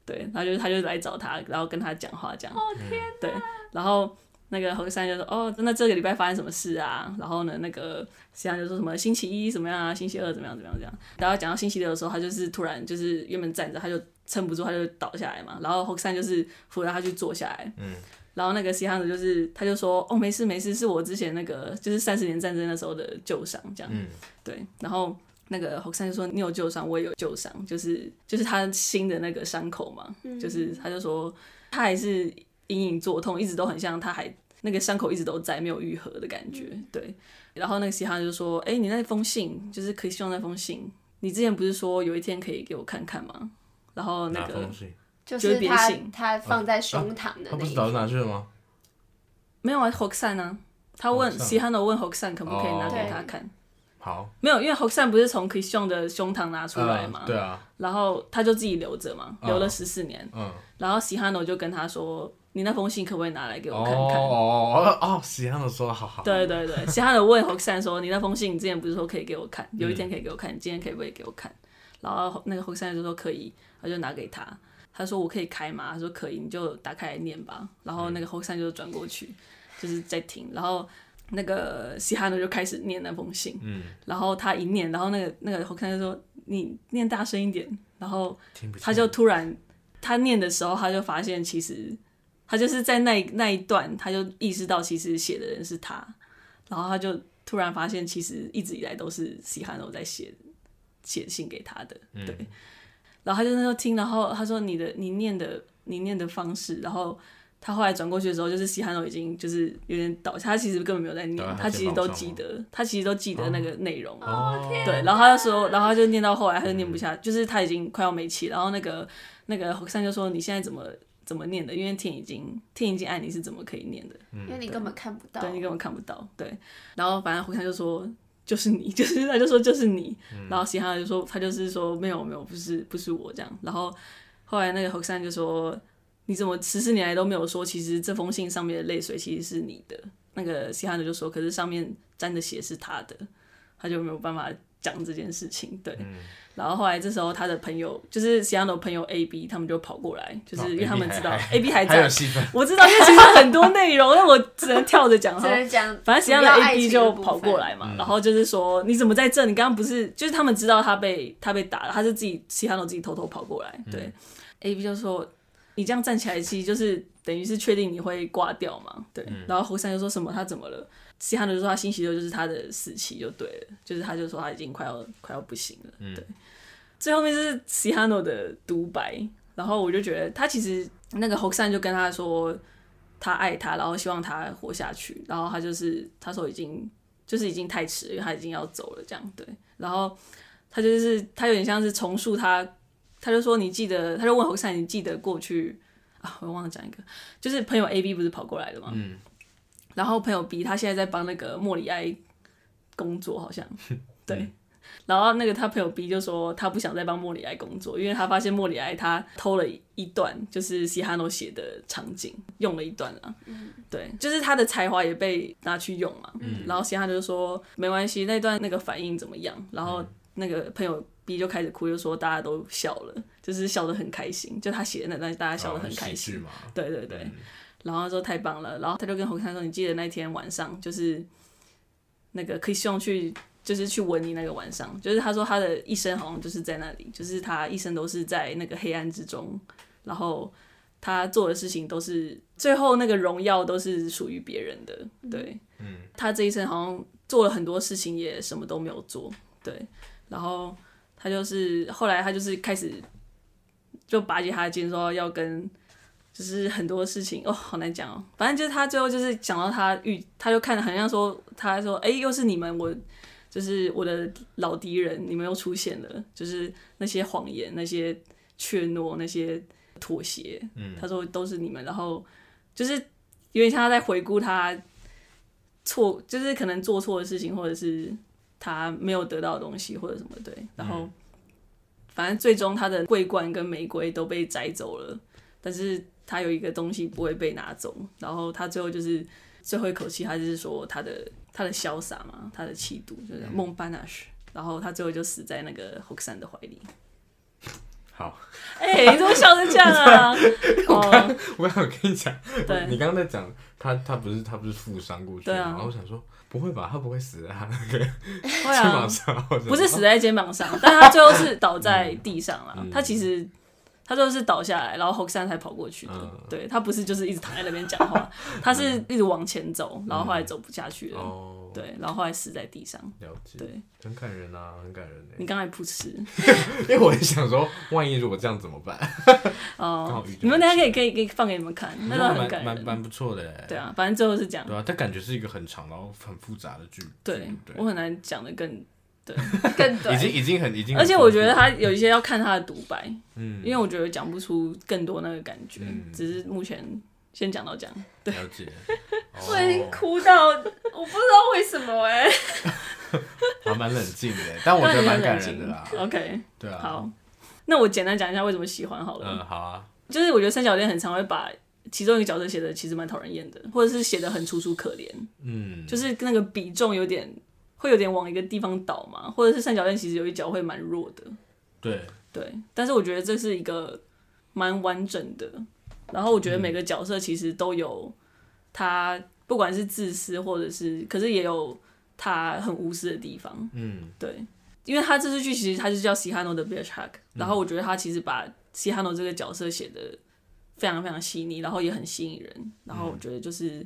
[SPEAKER 3] 对，然后就是他就来找他，然后跟他讲话这样，
[SPEAKER 1] 哦天，
[SPEAKER 3] 对，然后那个侯山就说，哦，那这个礼拜发生什么事啊？然后呢，那个实际上就说什么星期一怎么样啊，星期二怎么样怎么样这样，然后讲到星期六的时候，他就是突然就是原本站着他就撑不住，他就倒下来嘛，然后侯山就是扶着他去坐下来，嗯。然后那个西汉子就是，他就说，哦，没事没事，是我之前那个就是三十年战争那时候的旧伤，这样。
[SPEAKER 2] 嗯，
[SPEAKER 3] 对，然后那个侯山就说你有旧伤，我也有旧伤，就是就是他新的那个伤口嘛，就是他就说他还是隐隐作痛，一直都很像他还那个伤口一直都在没有愈合的感觉。对，然后那个嘻哈就说，哎、你那封信就是可以希望那封信，你之前不是说有一天可以给我看看吗？然后那
[SPEAKER 2] 哪
[SPEAKER 3] 个
[SPEAKER 2] 封信？
[SPEAKER 1] 就
[SPEAKER 3] 就是
[SPEAKER 1] 他
[SPEAKER 3] 是别嗯信
[SPEAKER 1] 他放在胸膛的
[SPEAKER 2] 他不
[SPEAKER 1] 那
[SPEAKER 2] 是
[SPEAKER 1] 一
[SPEAKER 2] 早就
[SPEAKER 1] 个，
[SPEAKER 2] 拿去了吗？
[SPEAKER 3] 没有啊，侯山呢？他问
[SPEAKER 2] Hoxan
[SPEAKER 3] 西汉的问侯山可不可以拿给他
[SPEAKER 1] 哦
[SPEAKER 3] 看？
[SPEAKER 2] 好，
[SPEAKER 3] 没有，因为侯山不是从 Christian 的胸膛拿出来嘛
[SPEAKER 2] 呃？对啊，
[SPEAKER 3] 然后他就自己留着嘛，
[SPEAKER 2] 嗯
[SPEAKER 3] 留了十四年。
[SPEAKER 2] 嗯，
[SPEAKER 3] 然后喜哈诺就跟他说：“你那封信可不可以拿来给
[SPEAKER 2] 哦
[SPEAKER 3] 我看看？”
[SPEAKER 2] 哦哦哦，喜羊的说好好，
[SPEAKER 3] 对对 对，喜哈诺问侯山说：“你那封信你之前不是说可以给我看，有一天可以给我看，你今天可以不可以给我看？”然后那个侯山就说可以，他就拿给他。他说：“我可以开吗？”他说：“可以，你就打开来念吧。”然后那个侯山就转过去，就是在听。然后那个西哈诺就开始念那封信，嗯，然后他一念，然后那个那个侯山就说：“你念大声一点。”然后
[SPEAKER 2] 听不清
[SPEAKER 3] 他就突然他念的时候，他就发现其实他就是在那一那一段，他就意识到其实写的人是他，然后他就突然发现其实一直以来都是西汉诺在写写信给他的，
[SPEAKER 2] 嗯
[SPEAKER 3] 对。然后他就那时候听，然后他说你的你念的你念的方式，然后。他后来转过去的时候，就是西汉诺已经就是有点倒下，他其实根本没有在
[SPEAKER 2] 对
[SPEAKER 3] 念
[SPEAKER 2] 啊，他
[SPEAKER 3] 他其实
[SPEAKER 2] 肩
[SPEAKER 3] 都
[SPEAKER 2] 膀
[SPEAKER 3] 记
[SPEAKER 2] 撞
[SPEAKER 3] 得，他其实都记得那个内容。啊
[SPEAKER 2] 哦天
[SPEAKER 3] 对，然后他就说，然后他就念到后来，他就念不下，就是他已经快要没气，然后那个那个侯山就说：“你现在怎么怎么念的？因为天已经天已经暗，你是怎么可以念的？
[SPEAKER 1] 因为你根本看不到，
[SPEAKER 3] 对你根本看不到。”对，然后反正侯山就说：“就是你， 就是他就说就是你。然后其他人就说他就是说没有没有，不是不是我这样。然后后来那个侯山就说：“你怎么十四年来都没有说，其实这封信上面的泪水其实是你的。”那个西汉的就说：“可是上面沾的血是他的，他就没有办法讲这件事情。”对。然后后来这时候他的朋友，就是西汉的朋友 A、B，他们就跑过来，就是
[SPEAKER 2] 哦
[SPEAKER 3] 因为他们
[SPEAKER 2] AB
[SPEAKER 3] 知道
[SPEAKER 2] 还
[SPEAKER 3] A、B 还
[SPEAKER 2] 还有
[SPEAKER 3] 在。
[SPEAKER 2] 戏份，
[SPEAKER 3] 我知道，因为其实很多内容， 那我只能跳着讲。
[SPEAKER 1] 只
[SPEAKER 3] 哈。
[SPEAKER 1] 能讲，
[SPEAKER 3] 反正实际上
[SPEAKER 1] 主
[SPEAKER 3] 的
[SPEAKER 1] 要
[SPEAKER 3] A
[SPEAKER 1] 爱
[SPEAKER 3] B
[SPEAKER 1] 情
[SPEAKER 3] 就
[SPEAKER 1] 的部
[SPEAKER 3] 跑过
[SPEAKER 1] 分
[SPEAKER 3] 来嘛，然后就是说你怎么在这？你刚刚不是就是他们知道他被他被打了，他是自己其他都自己偷偷跑过来。对、a B 就说你这样站起来，其实就是等于是确定你会挂掉嘛。对，然后侯山就说什么他怎么了？西汉就说他星期六就是他的死期就对了，就是他就说他已经快要快要不行了。对，最后面就是西汉诺的独白，然后我就觉得他其实那个侯山就跟他说。他爱他，然后希望他活下去，然后他就是他说已经就是已经太迟了，因为他已经要走了这样对，然后他就是他有点像是重述他，他就说你记得，他就问侯善你记得过去啊，我忘了讲一个，就是朋友 A B 不是跑过来的嘛，嗯，然后朋友 B 他现在在帮那个莫里埃工作好像，对。然后那个他朋友 B 就说他不想再帮莫里埃工作，因为他发现莫里埃他偷了一段就是西哈诺写的场景，用了一段啊，对，就是他的才华也被拿去用嘛。然后西哈就说没关系，那段那个反应怎么样？然后那个朋友 B 就开始哭，就说大家都笑了，就是笑得很开心，就他写的那段大家笑得很开心。
[SPEAKER 2] 哦喜剧嘛，嗯
[SPEAKER 3] 对对对，啊然后他说太哎棒了，然后他就跟侯康说，你记得那天晚上就是那个可以用去。就是去吻你那个晚上，就是他说他的一生好像就是在那里，就是他一生都是在那个黑暗之中，然后他做的事情都是最后那个荣耀都是属于别人的，对，嗯，他这一生好像做了很多事情，也什么都没有做，对，然后他就是后来他就是开始就拔起他的肩说要跟就是很多事情哦，好难讲哦。反正就是他最后就是讲到他遇，他就看很像说，他说：“哎、又是你们，我就是我的老敌人，你们又出现了，就是那些谎言、那些怯懦、那些妥协。”嗯，他说都是你们，然后就是有点像他在回顾他错，就是可能做错的事情，或者是他没有得到的东西，或者什么对，然后。反正最终他的桂冠跟玫瑰都被摘走了，但是他有一个东西不会被拿走，然后他最后就是最后一口气，他就是说他的他的潇洒嘛，他的气度就是孟班纳什，然后他最后就死在那个 h o k s a n 的怀里。
[SPEAKER 2] 好，
[SPEAKER 3] 哎、你怎么笑成这样 啊？哦，
[SPEAKER 2] 我想跟你讲，
[SPEAKER 3] 对
[SPEAKER 2] 你刚刚在讲他，他不是他不是负伤过去
[SPEAKER 3] 对
[SPEAKER 2] 吗，
[SPEAKER 3] 啊
[SPEAKER 2] 然后我想说不会吧，他不会死啊， 那个
[SPEAKER 3] 会
[SPEAKER 2] 肩
[SPEAKER 3] 啊
[SPEAKER 2] 膀，上，哦我想
[SPEAKER 3] 不是死在肩膀上， 但他最后是倒
[SPEAKER 2] 嗯
[SPEAKER 3] 在地上了。他其实他最后是倒下来，然后 h o k s a n 才跑过去的。
[SPEAKER 2] 嗯
[SPEAKER 3] 对他不是就是一直躺在那边讲话，他是一直往前走，然后后来走不下去了。
[SPEAKER 2] 嗯哦，
[SPEAKER 3] 对，然后后来死在地上。
[SPEAKER 2] 了解，
[SPEAKER 3] 对
[SPEAKER 2] 很感人啊，很感人
[SPEAKER 3] 你
[SPEAKER 2] 欸
[SPEAKER 3] 刚才不吃
[SPEAKER 2] 因为我也想说，万一如果这样怎么办？ 刚
[SPEAKER 3] 哦
[SPEAKER 2] 好遇见，
[SPEAKER 3] 你们等一下可以可以可以放给你们看，那个
[SPEAKER 2] 我觉得
[SPEAKER 3] 很
[SPEAKER 2] 蛮
[SPEAKER 3] 感
[SPEAKER 2] 蛮
[SPEAKER 3] 人。
[SPEAKER 2] 蛮不错的欸，
[SPEAKER 3] 对啊，反正最后是这样。
[SPEAKER 2] 对啊，但感觉是一个很长然后很复杂的剧，
[SPEAKER 3] 对
[SPEAKER 2] 剧对
[SPEAKER 3] 我很难讲的更，
[SPEAKER 1] 更
[SPEAKER 2] 已经
[SPEAKER 1] 对，
[SPEAKER 2] 已经很已经很丰富了，
[SPEAKER 3] 而且我觉得他有一些要看他的独白，
[SPEAKER 2] 嗯
[SPEAKER 3] 因为我觉得讲不出更多那个感觉，
[SPEAKER 2] 嗯
[SPEAKER 3] 只是目前先讲到这样。
[SPEAKER 2] 了 解，
[SPEAKER 1] 我已经
[SPEAKER 2] 哦
[SPEAKER 1] 哭到我不知道为什么哎、
[SPEAKER 2] 还蛮冷静的，但我觉得蛮感人的啦。
[SPEAKER 3] OK，
[SPEAKER 2] 对 啊，
[SPEAKER 3] 好，，那我简单讲一下为什么喜欢好了。
[SPEAKER 2] 嗯，好啊，
[SPEAKER 3] 就是我觉得三角恋很常会把其中一个角色写的其实蛮讨人厌的，或者是写的很楚楚可怜，
[SPEAKER 2] 嗯，
[SPEAKER 3] 就是那个比重有点会有点往一个地方倒嘛，或者是三角恋其实有一角会蛮弱的，
[SPEAKER 2] 对，
[SPEAKER 3] 对。但是我觉得这是一个蛮完整的，然后我觉得每个角色其实都有他不管是自私或者是，可是也有他很无私的地方，
[SPEAKER 2] 嗯
[SPEAKER 3] 对，因为他这次剧其实他就是叫西哈诺的 Bear Track，然后我觉得他其实把西哈诺这个角色写的非常非常细腻，然后也很吸引人，然后我觉得就是、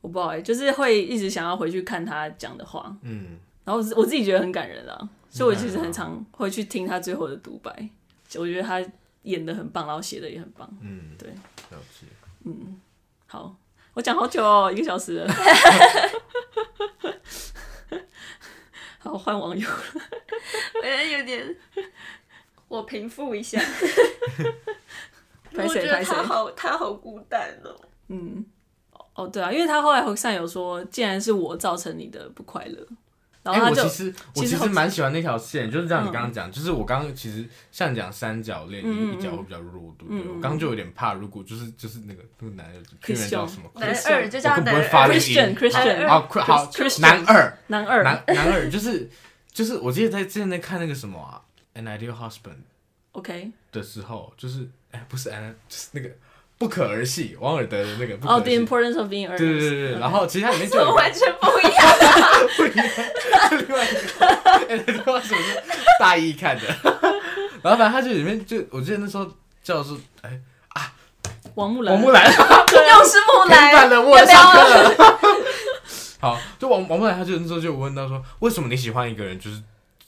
[SPEAKER 3] 我不知道哎、就是会一直想要回去看他讲的话，
[SPEAKER 2] 嗯，
[SPEAKER 3] 然后我自我自己觉得很感人啊，所以我其实
[SPEAKER 2] 很感人啊
[SPEAKER 3] 很常会去听他最后的独白，我觉得他演的很棒，然后写的也很棒。
[SPEAKER 2] 嗯，
[SPEAKER 3] 对
[SPEAKER 2] 了解。
[SPEAKER 3] 好，我讲好久哦，一个小时了。 好，换网友。
[SPEAKER 1] 我觉得有点， 我平复一下。
[SPEAKER 3] 拍
[SPEAKER 1] 我
[SPEAKER 3] 谁
[SPEAKER 1] 觉
[SPEAKER 3] 拍
[SPEAKER 1] 得
[SPEAKER 3] 谁
[SPEAKER 1] 他好，他好孤单哦。
[SPEAKER 3] 嗯，哦对啊，因为他后来和善有说，既然是我造成你的不快乐，然后
[SPEAKER 2] 哎
[SPEAKER 3] 他
[SPEAKER 2] 我
[SPEAKER 3] 就、
[SPEAKER 2] 其实我
[SPEAKER 3] 其实
[SPEAKER 2] 其
[SPEAKER 3] 好嗯
[SPEAKER 2] 实蛮喜欢那条线，就是像你刚刚讲，就是我刚刚其实像你讲三角恋，
[SPEAKER 3] 嗯嗯
[SPEAKER 2] 一角会比较弱，对不对？
[SPEAKER 3] 嗯嗯
[SPEAKER 2] 我刚刚就有点怕，如果就是就是那个那个男人，
[SPEAKER 3] Christian
[SPEAKER 2] 那人叫什么？
[SPEAKER 1] 男
[SPEAKER 3] Christian
[SPEAKER 1] 二就
[SPEAKER 2] 我
[SPEAKER 1] 叫
[SPEAKER 2] 更不
[SPEAKER 1] 男
[SPEAKER 2] 会发
[SPEAKER 1] 二
[SPEAKER 2] 那个音
[SPEAKER 3] Christian Christian
[SPEAKER 2] 好好好
[SPEAKER 3] Christian
[SPEAKER 2] 男二，
[SPEAKER 3] 男二
[SPEAKER 2] 男男二就是就是我记得在之前在看那个什么啊，An Ideal Husband。
[SPEAKER 3] ，OK，
[SPEAKER 2] 的时候，就是哎、不是安，就是那个不可儿戏，王尔德的那个不可
[SPEAKER 3] 哦、
[SPEAKER 2] 儿
[SPEAKER 3] t h
[SPEAKER 2] 戏。
[SPEAKER 3] e importance of being earnest，
[SPEAKER 2] 对对对对，然后其实它里面就
[SPEAKER 1] 怎么
[SPEAKER 2] 有
[SPEAKER 1] 完全不一 样？
[SPEAKER 2] 另外一个，哎，那句话是不是大一看的？ 然后反正他就里面就，我记得那时候叫是哎，
[SPEAKER 3] 王木兰，
[SPEAKER 2] 王木 兰
[SPEAKER 1] 又是木
[SPEAKER 2] 平
[SPEAKER 1] 兰，
[SPEAKER 2] 反了我的
[SPEAKER 1] 有没
[SPEAKER 2] 上
[SPEAKER 1] 有
[SPEAKER 2] 课了。 好，就王王木兰，他就那时候就问到说，为什么你喜欢一个人就是？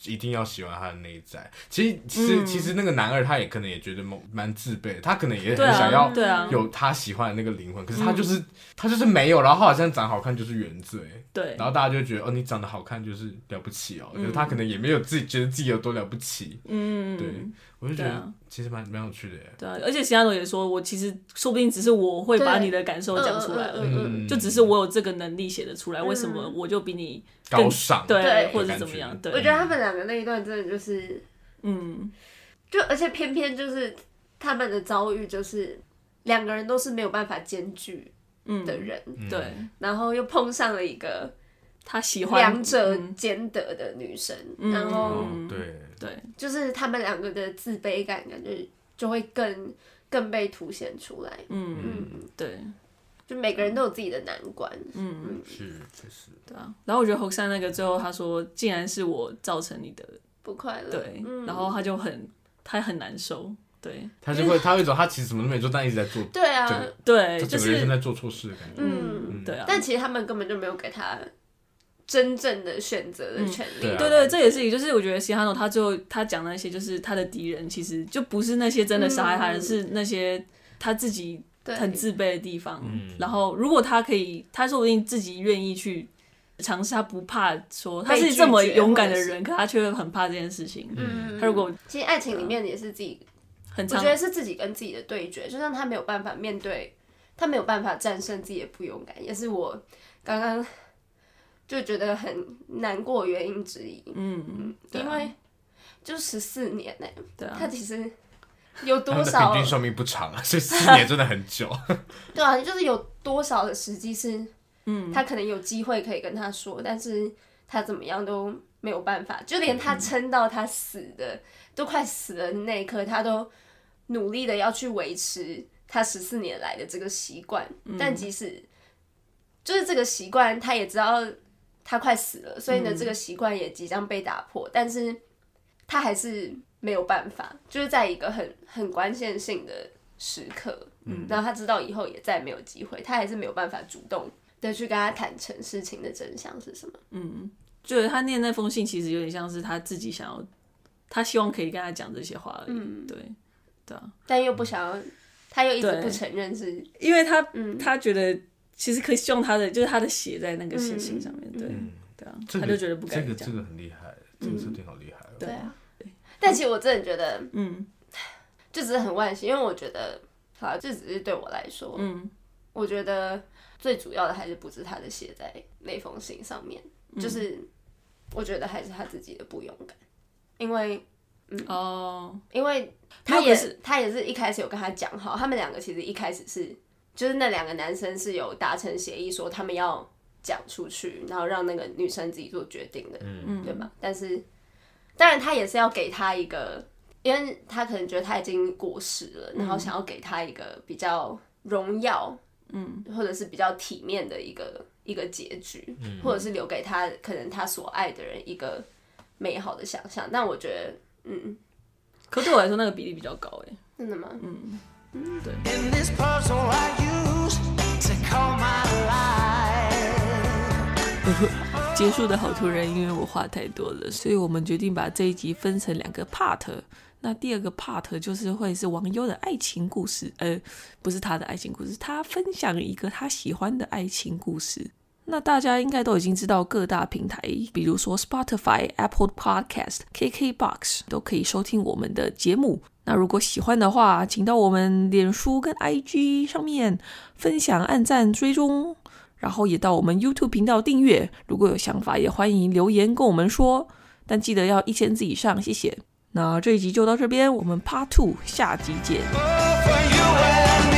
[SPEAKER 2] 一定要喜欢他的内在。其实，其实，
[SPEAKER 3] 嗯
[SPEAKER 2] 其实那个男二他也可能也觉得蛮蛮自卑的，他可能也
[SPEAKER 3] 对
[SPEAKER 2] 很想要
[SPEAKER 3] 啊，嗯对啊，
[SPEAKER 2] 有他喜欢的那个灵魂，可是他就是、他就是没有，然后他好像长好看就是原罪，
[SPEAKER 3] 对
[SPEAKER 2] 然，后大家就觉得哦，你长得好看就是了不起哦，
[SPEAKER 3] 嗯
[SPEAKER 2] 就是他可能也没有自己觉得自己有多了不起，
[SPEAKER 3] 嗯，
[SPEAKER 2] 对我就觉
[SPEAKER 3] 对
[SPEAKER 2] 得
[SPEAKER 3] 啊
[SPEAKER 2] 其实蛮蛮有趣的耶，
[SPEAKER 3] 对啊，而且其他人也说，我其实说不定只是我会把
[SPEAKER 1] 对
[SPEAKER 3] 你的感受讲出来而已。
[SPEAKER 1] 嗯嗯
[SPEAKER 3] 就只是我有这个能力写得出来，
[SPEAKER 1] 嗯
[SPEAKER 3] 为什么我就比你
[SPEAKER 2] 高尚，
[SPEAKER 3] 对，
[SPEAKER 1] 对
[SPEAKER 3] 或者
[SPEAKER 2] 感
[SPEAKER 3] 是
[SPEAKER 2] 觉
[SPEAKER 3] 怎么样？
[SPEAKER 1] 我
[SPEAKER 3] 对，
[SPEAKER 1] 觉得他们两个那一段真的就是，
[SPEAKER 3] 嗯，
[SPEAKER 1] 就而且偏偏就是他们的遭遇就是两个人都是没有办法兼具
[SPEAKER 3] 嗯
[SPEAKER 1] 的人，
[SPEAKER 2] 嗯
[SPEAKER 3] 对，
[SPEAKER 1] 然后又碰上了一个
[SPEAKER 3] 他喜欢
[SPEAKER 1] 两者
[SPEAKER 3] 嗯
[SPEAKER 1] 兼得的女生，
[SPEAKER 3] 嗯
[SPEAKER 1] 然后
[SPEAKER 2] 哦对，
[SPEAKER 3] 对，
[SPEAKER 1] 就是他们两个的自卑感感觉就会更更被凸显出来。
[SPEAKER 3] 嗯，
[SPEAKER 1] 嗯，
[SPEAKER 3] 对，
[SPEAKER 1] 就每个人都有自己的难关。
[SPEAKER 3] 嗯。
[SPEAKER 2] 是确实，
[SPEAKER 3] 对啊，然后我觉得侯山那个最后他说，竟然是我造成你的，
[SPEAKER 1] 不快乐。
[SPEAKER 3] 对，
[SPEAKER 1] 嗯
[SPEAKER 3] 然后他就很他很难受，对
[SPEAKER 2] 他就会他会走，他其实什么都没做，但一直在做，
[SPEAKER 1] 对啊，
[SPEAKER 2] 整个
[SPEAKER 3] 对，
[SPEAKER 2] 他
[SPEAKER 3] 就
[SPEAKER 2] 整个人
[SPEAKER 3] 是
[SPEAKER 2] 生在做错事的感觉，
[SPEAKER 1] 嗯，
[SPEAKER 3] 对啊，
[SPEAKER 1] 但其实他们根本就没有给他真正的选择的权利。
[SPEAKER 2] 对啊
[SPEAKER 3] 嗯对对，这也是一个，就是我觉得西哈诺他最后他讲那些，就是他的敌人其实就不是那些真的杀害他的，
[SPEAKER 1] 嗯
[SPEAKER 3] 是那些他自己
[SPEAKER 1] 对
[SPEAKER 3] 很自卑的地方。
[SPEAKER 2] 嗯
[SPEAKER 3] 然后如果他可以，他说不定自己愿意去尝试，他不怕说他
[SPEAKER 1] 被
[SPEAKER 3] 是
[SPEAKER 1] 拒
[SPEAKER 3] 这么
[SPEAKER 1] 绝
[SPEAKER 3] 勇敢
[SPEAKER 1] 或
[SPEAKER 3] 的
[SPEAKER 1] 者是
[SPEAKER 3] 人，可他却很怕这件事情。
[SPEAKER 1] 嗯
[SPEAKER 3] 他如果啊
[SPEAKER 1] 其实爱情里面也是自己，
[SPEAKER 3] 很
[SPEAKER 1] 我
[SPEAKER 3] 常
[SPEAKER 1] 觉得是自己跟自己的对决，就像他没有办法面对，他没有办法战胜自己的不勇敢，也是我刚刚就觉得很难过的原因之一，
[SPEAKER 3] 嗯，对
[SPEAKER 1] 因
[SPEAKER 3] 啊
[SPEAKER 1] 为就十四年呢、
[SPEAKER 3] 对啊，
[SPEAKER 1] 他其实有
[SPEAKER 2] 他
[SPEAKER 1] 多
[SPEAKER 2] 们的平
[SPEAKER 1] 少？
[SPEAKER 2] 均寿命 不长啊，所以四年真的很久。
[SPEAKER 1] 对啊，就是有多少的时机是，嗯，他可能有机会可以跟他说，但是他怎么样都没有办法，就连他撑到他死的，都快死了的那一刻，他都努力的要去维持他十四年来的这个习惯，但即使就是这个习惯，他也知道他快死了，所以呢，这个习惯也即将被打破，但是他还是没有办法，就是在一个很很关键性的时刻，嗯，然后他知道以后也再没有机会，他还是没有办法主动的去跟他坦诚事情的真相是什么。
[SPEAKER 3] 就是他念那封信，其实有点像是他自己想要，他希望可以跟他讲这些话而已。
[SPEAKER 1] 嗯
[SPEAKER 3] 对，对啊，
[SPEAKER 1] 但又不想要，他又一直
[SPEAKER 3] 对嗯
[SPEAKER 1] 不承认是，
[SPEAKER 3] 因为他、
[SPEAKER 1] 嗯
[SPEAKER 3] 他觉得其实可以希望他的就是他的血在那个写信上面，对，
[SPEAKER 1] 嗯
[SPEAKER 3] 对啊，
[SPEAKER 2] 嗯这个
[SPEAKER 3] 他就觉得不
[SPEAKER 2] 这
[SPEAKER 3] 该
[SPEAKER 2] 个
[SPEAKER 3] 讲。
[SPEAKER 2] 这个很厉害，这个设定好厉害哦。
[SPEAKER 1] 对啊。但其实我真的觉得，
[SPEAKER 3] 嗯
[SPEAKER 1] 就只是很惋惜，因为我觉得，好，这只是对我来说，
[SPEAKER 3] 嗯
[SPEAKER 1] 我觉得最主要的还是不是他的写在那封信上面，
[SPEAKER 3] 嗯
[SPEAKER 1] 就是我觉得还是他自己的不勇敢，因为
[SPEAKER 3] 哦，
[SPEAKER 1] 因为
[SPEAKER 3] 没
[SPEAKER 1] 嗯他
[SPEAKER 3] 有
[SPEAKER 1] 也
[SPEAKER 3] 可是
[SPEAKER 1] 他也是一开始有跟他讲好，他们两个其实一开始是就是那两个男生是有达成协议说他们要讲出去，然后让那个女生自己做决定的，嗯、对吧？但是当然他也是要给他一个，因为他可能觉得他已经过世了，然后想要给他一个比较荣耀，嗯，或者是比较体面的一个一个结局，或者是留给他可能他所爱的人一个美好的想象。但我觉得，嗯，
[SPEAKER 3] 可对我来说那个比例比较高哎。
[SPEAKER 1] 真的吗？
[SPEAKER 4] In this puzzle I use to call my life.
[SPEAKER 3] 结束的好突然，因为我话太多了，所以我们决定把这一集分成两个 part。那第二个 part 就是会是王优的爱情故事，呃，不是他的爱情故事，他分享一个他喜欢的爱情故事。那大家应该都已经知道，各大平台，比如说 Spotify、Apple Podcast、KKBox 都可以收听我们的节目。那如果喜欢的话，请到我们脸书跟 IG 上面分享、按赞、追踪，然后也到我们 YouTube 频道订阅。如果有想法，也欢迎留言跟我们说，但记得要一千字以上，谢谢。那这一集就到这边，我们 Part Two 下集见。
[SPEAKER 4] Oh, for you and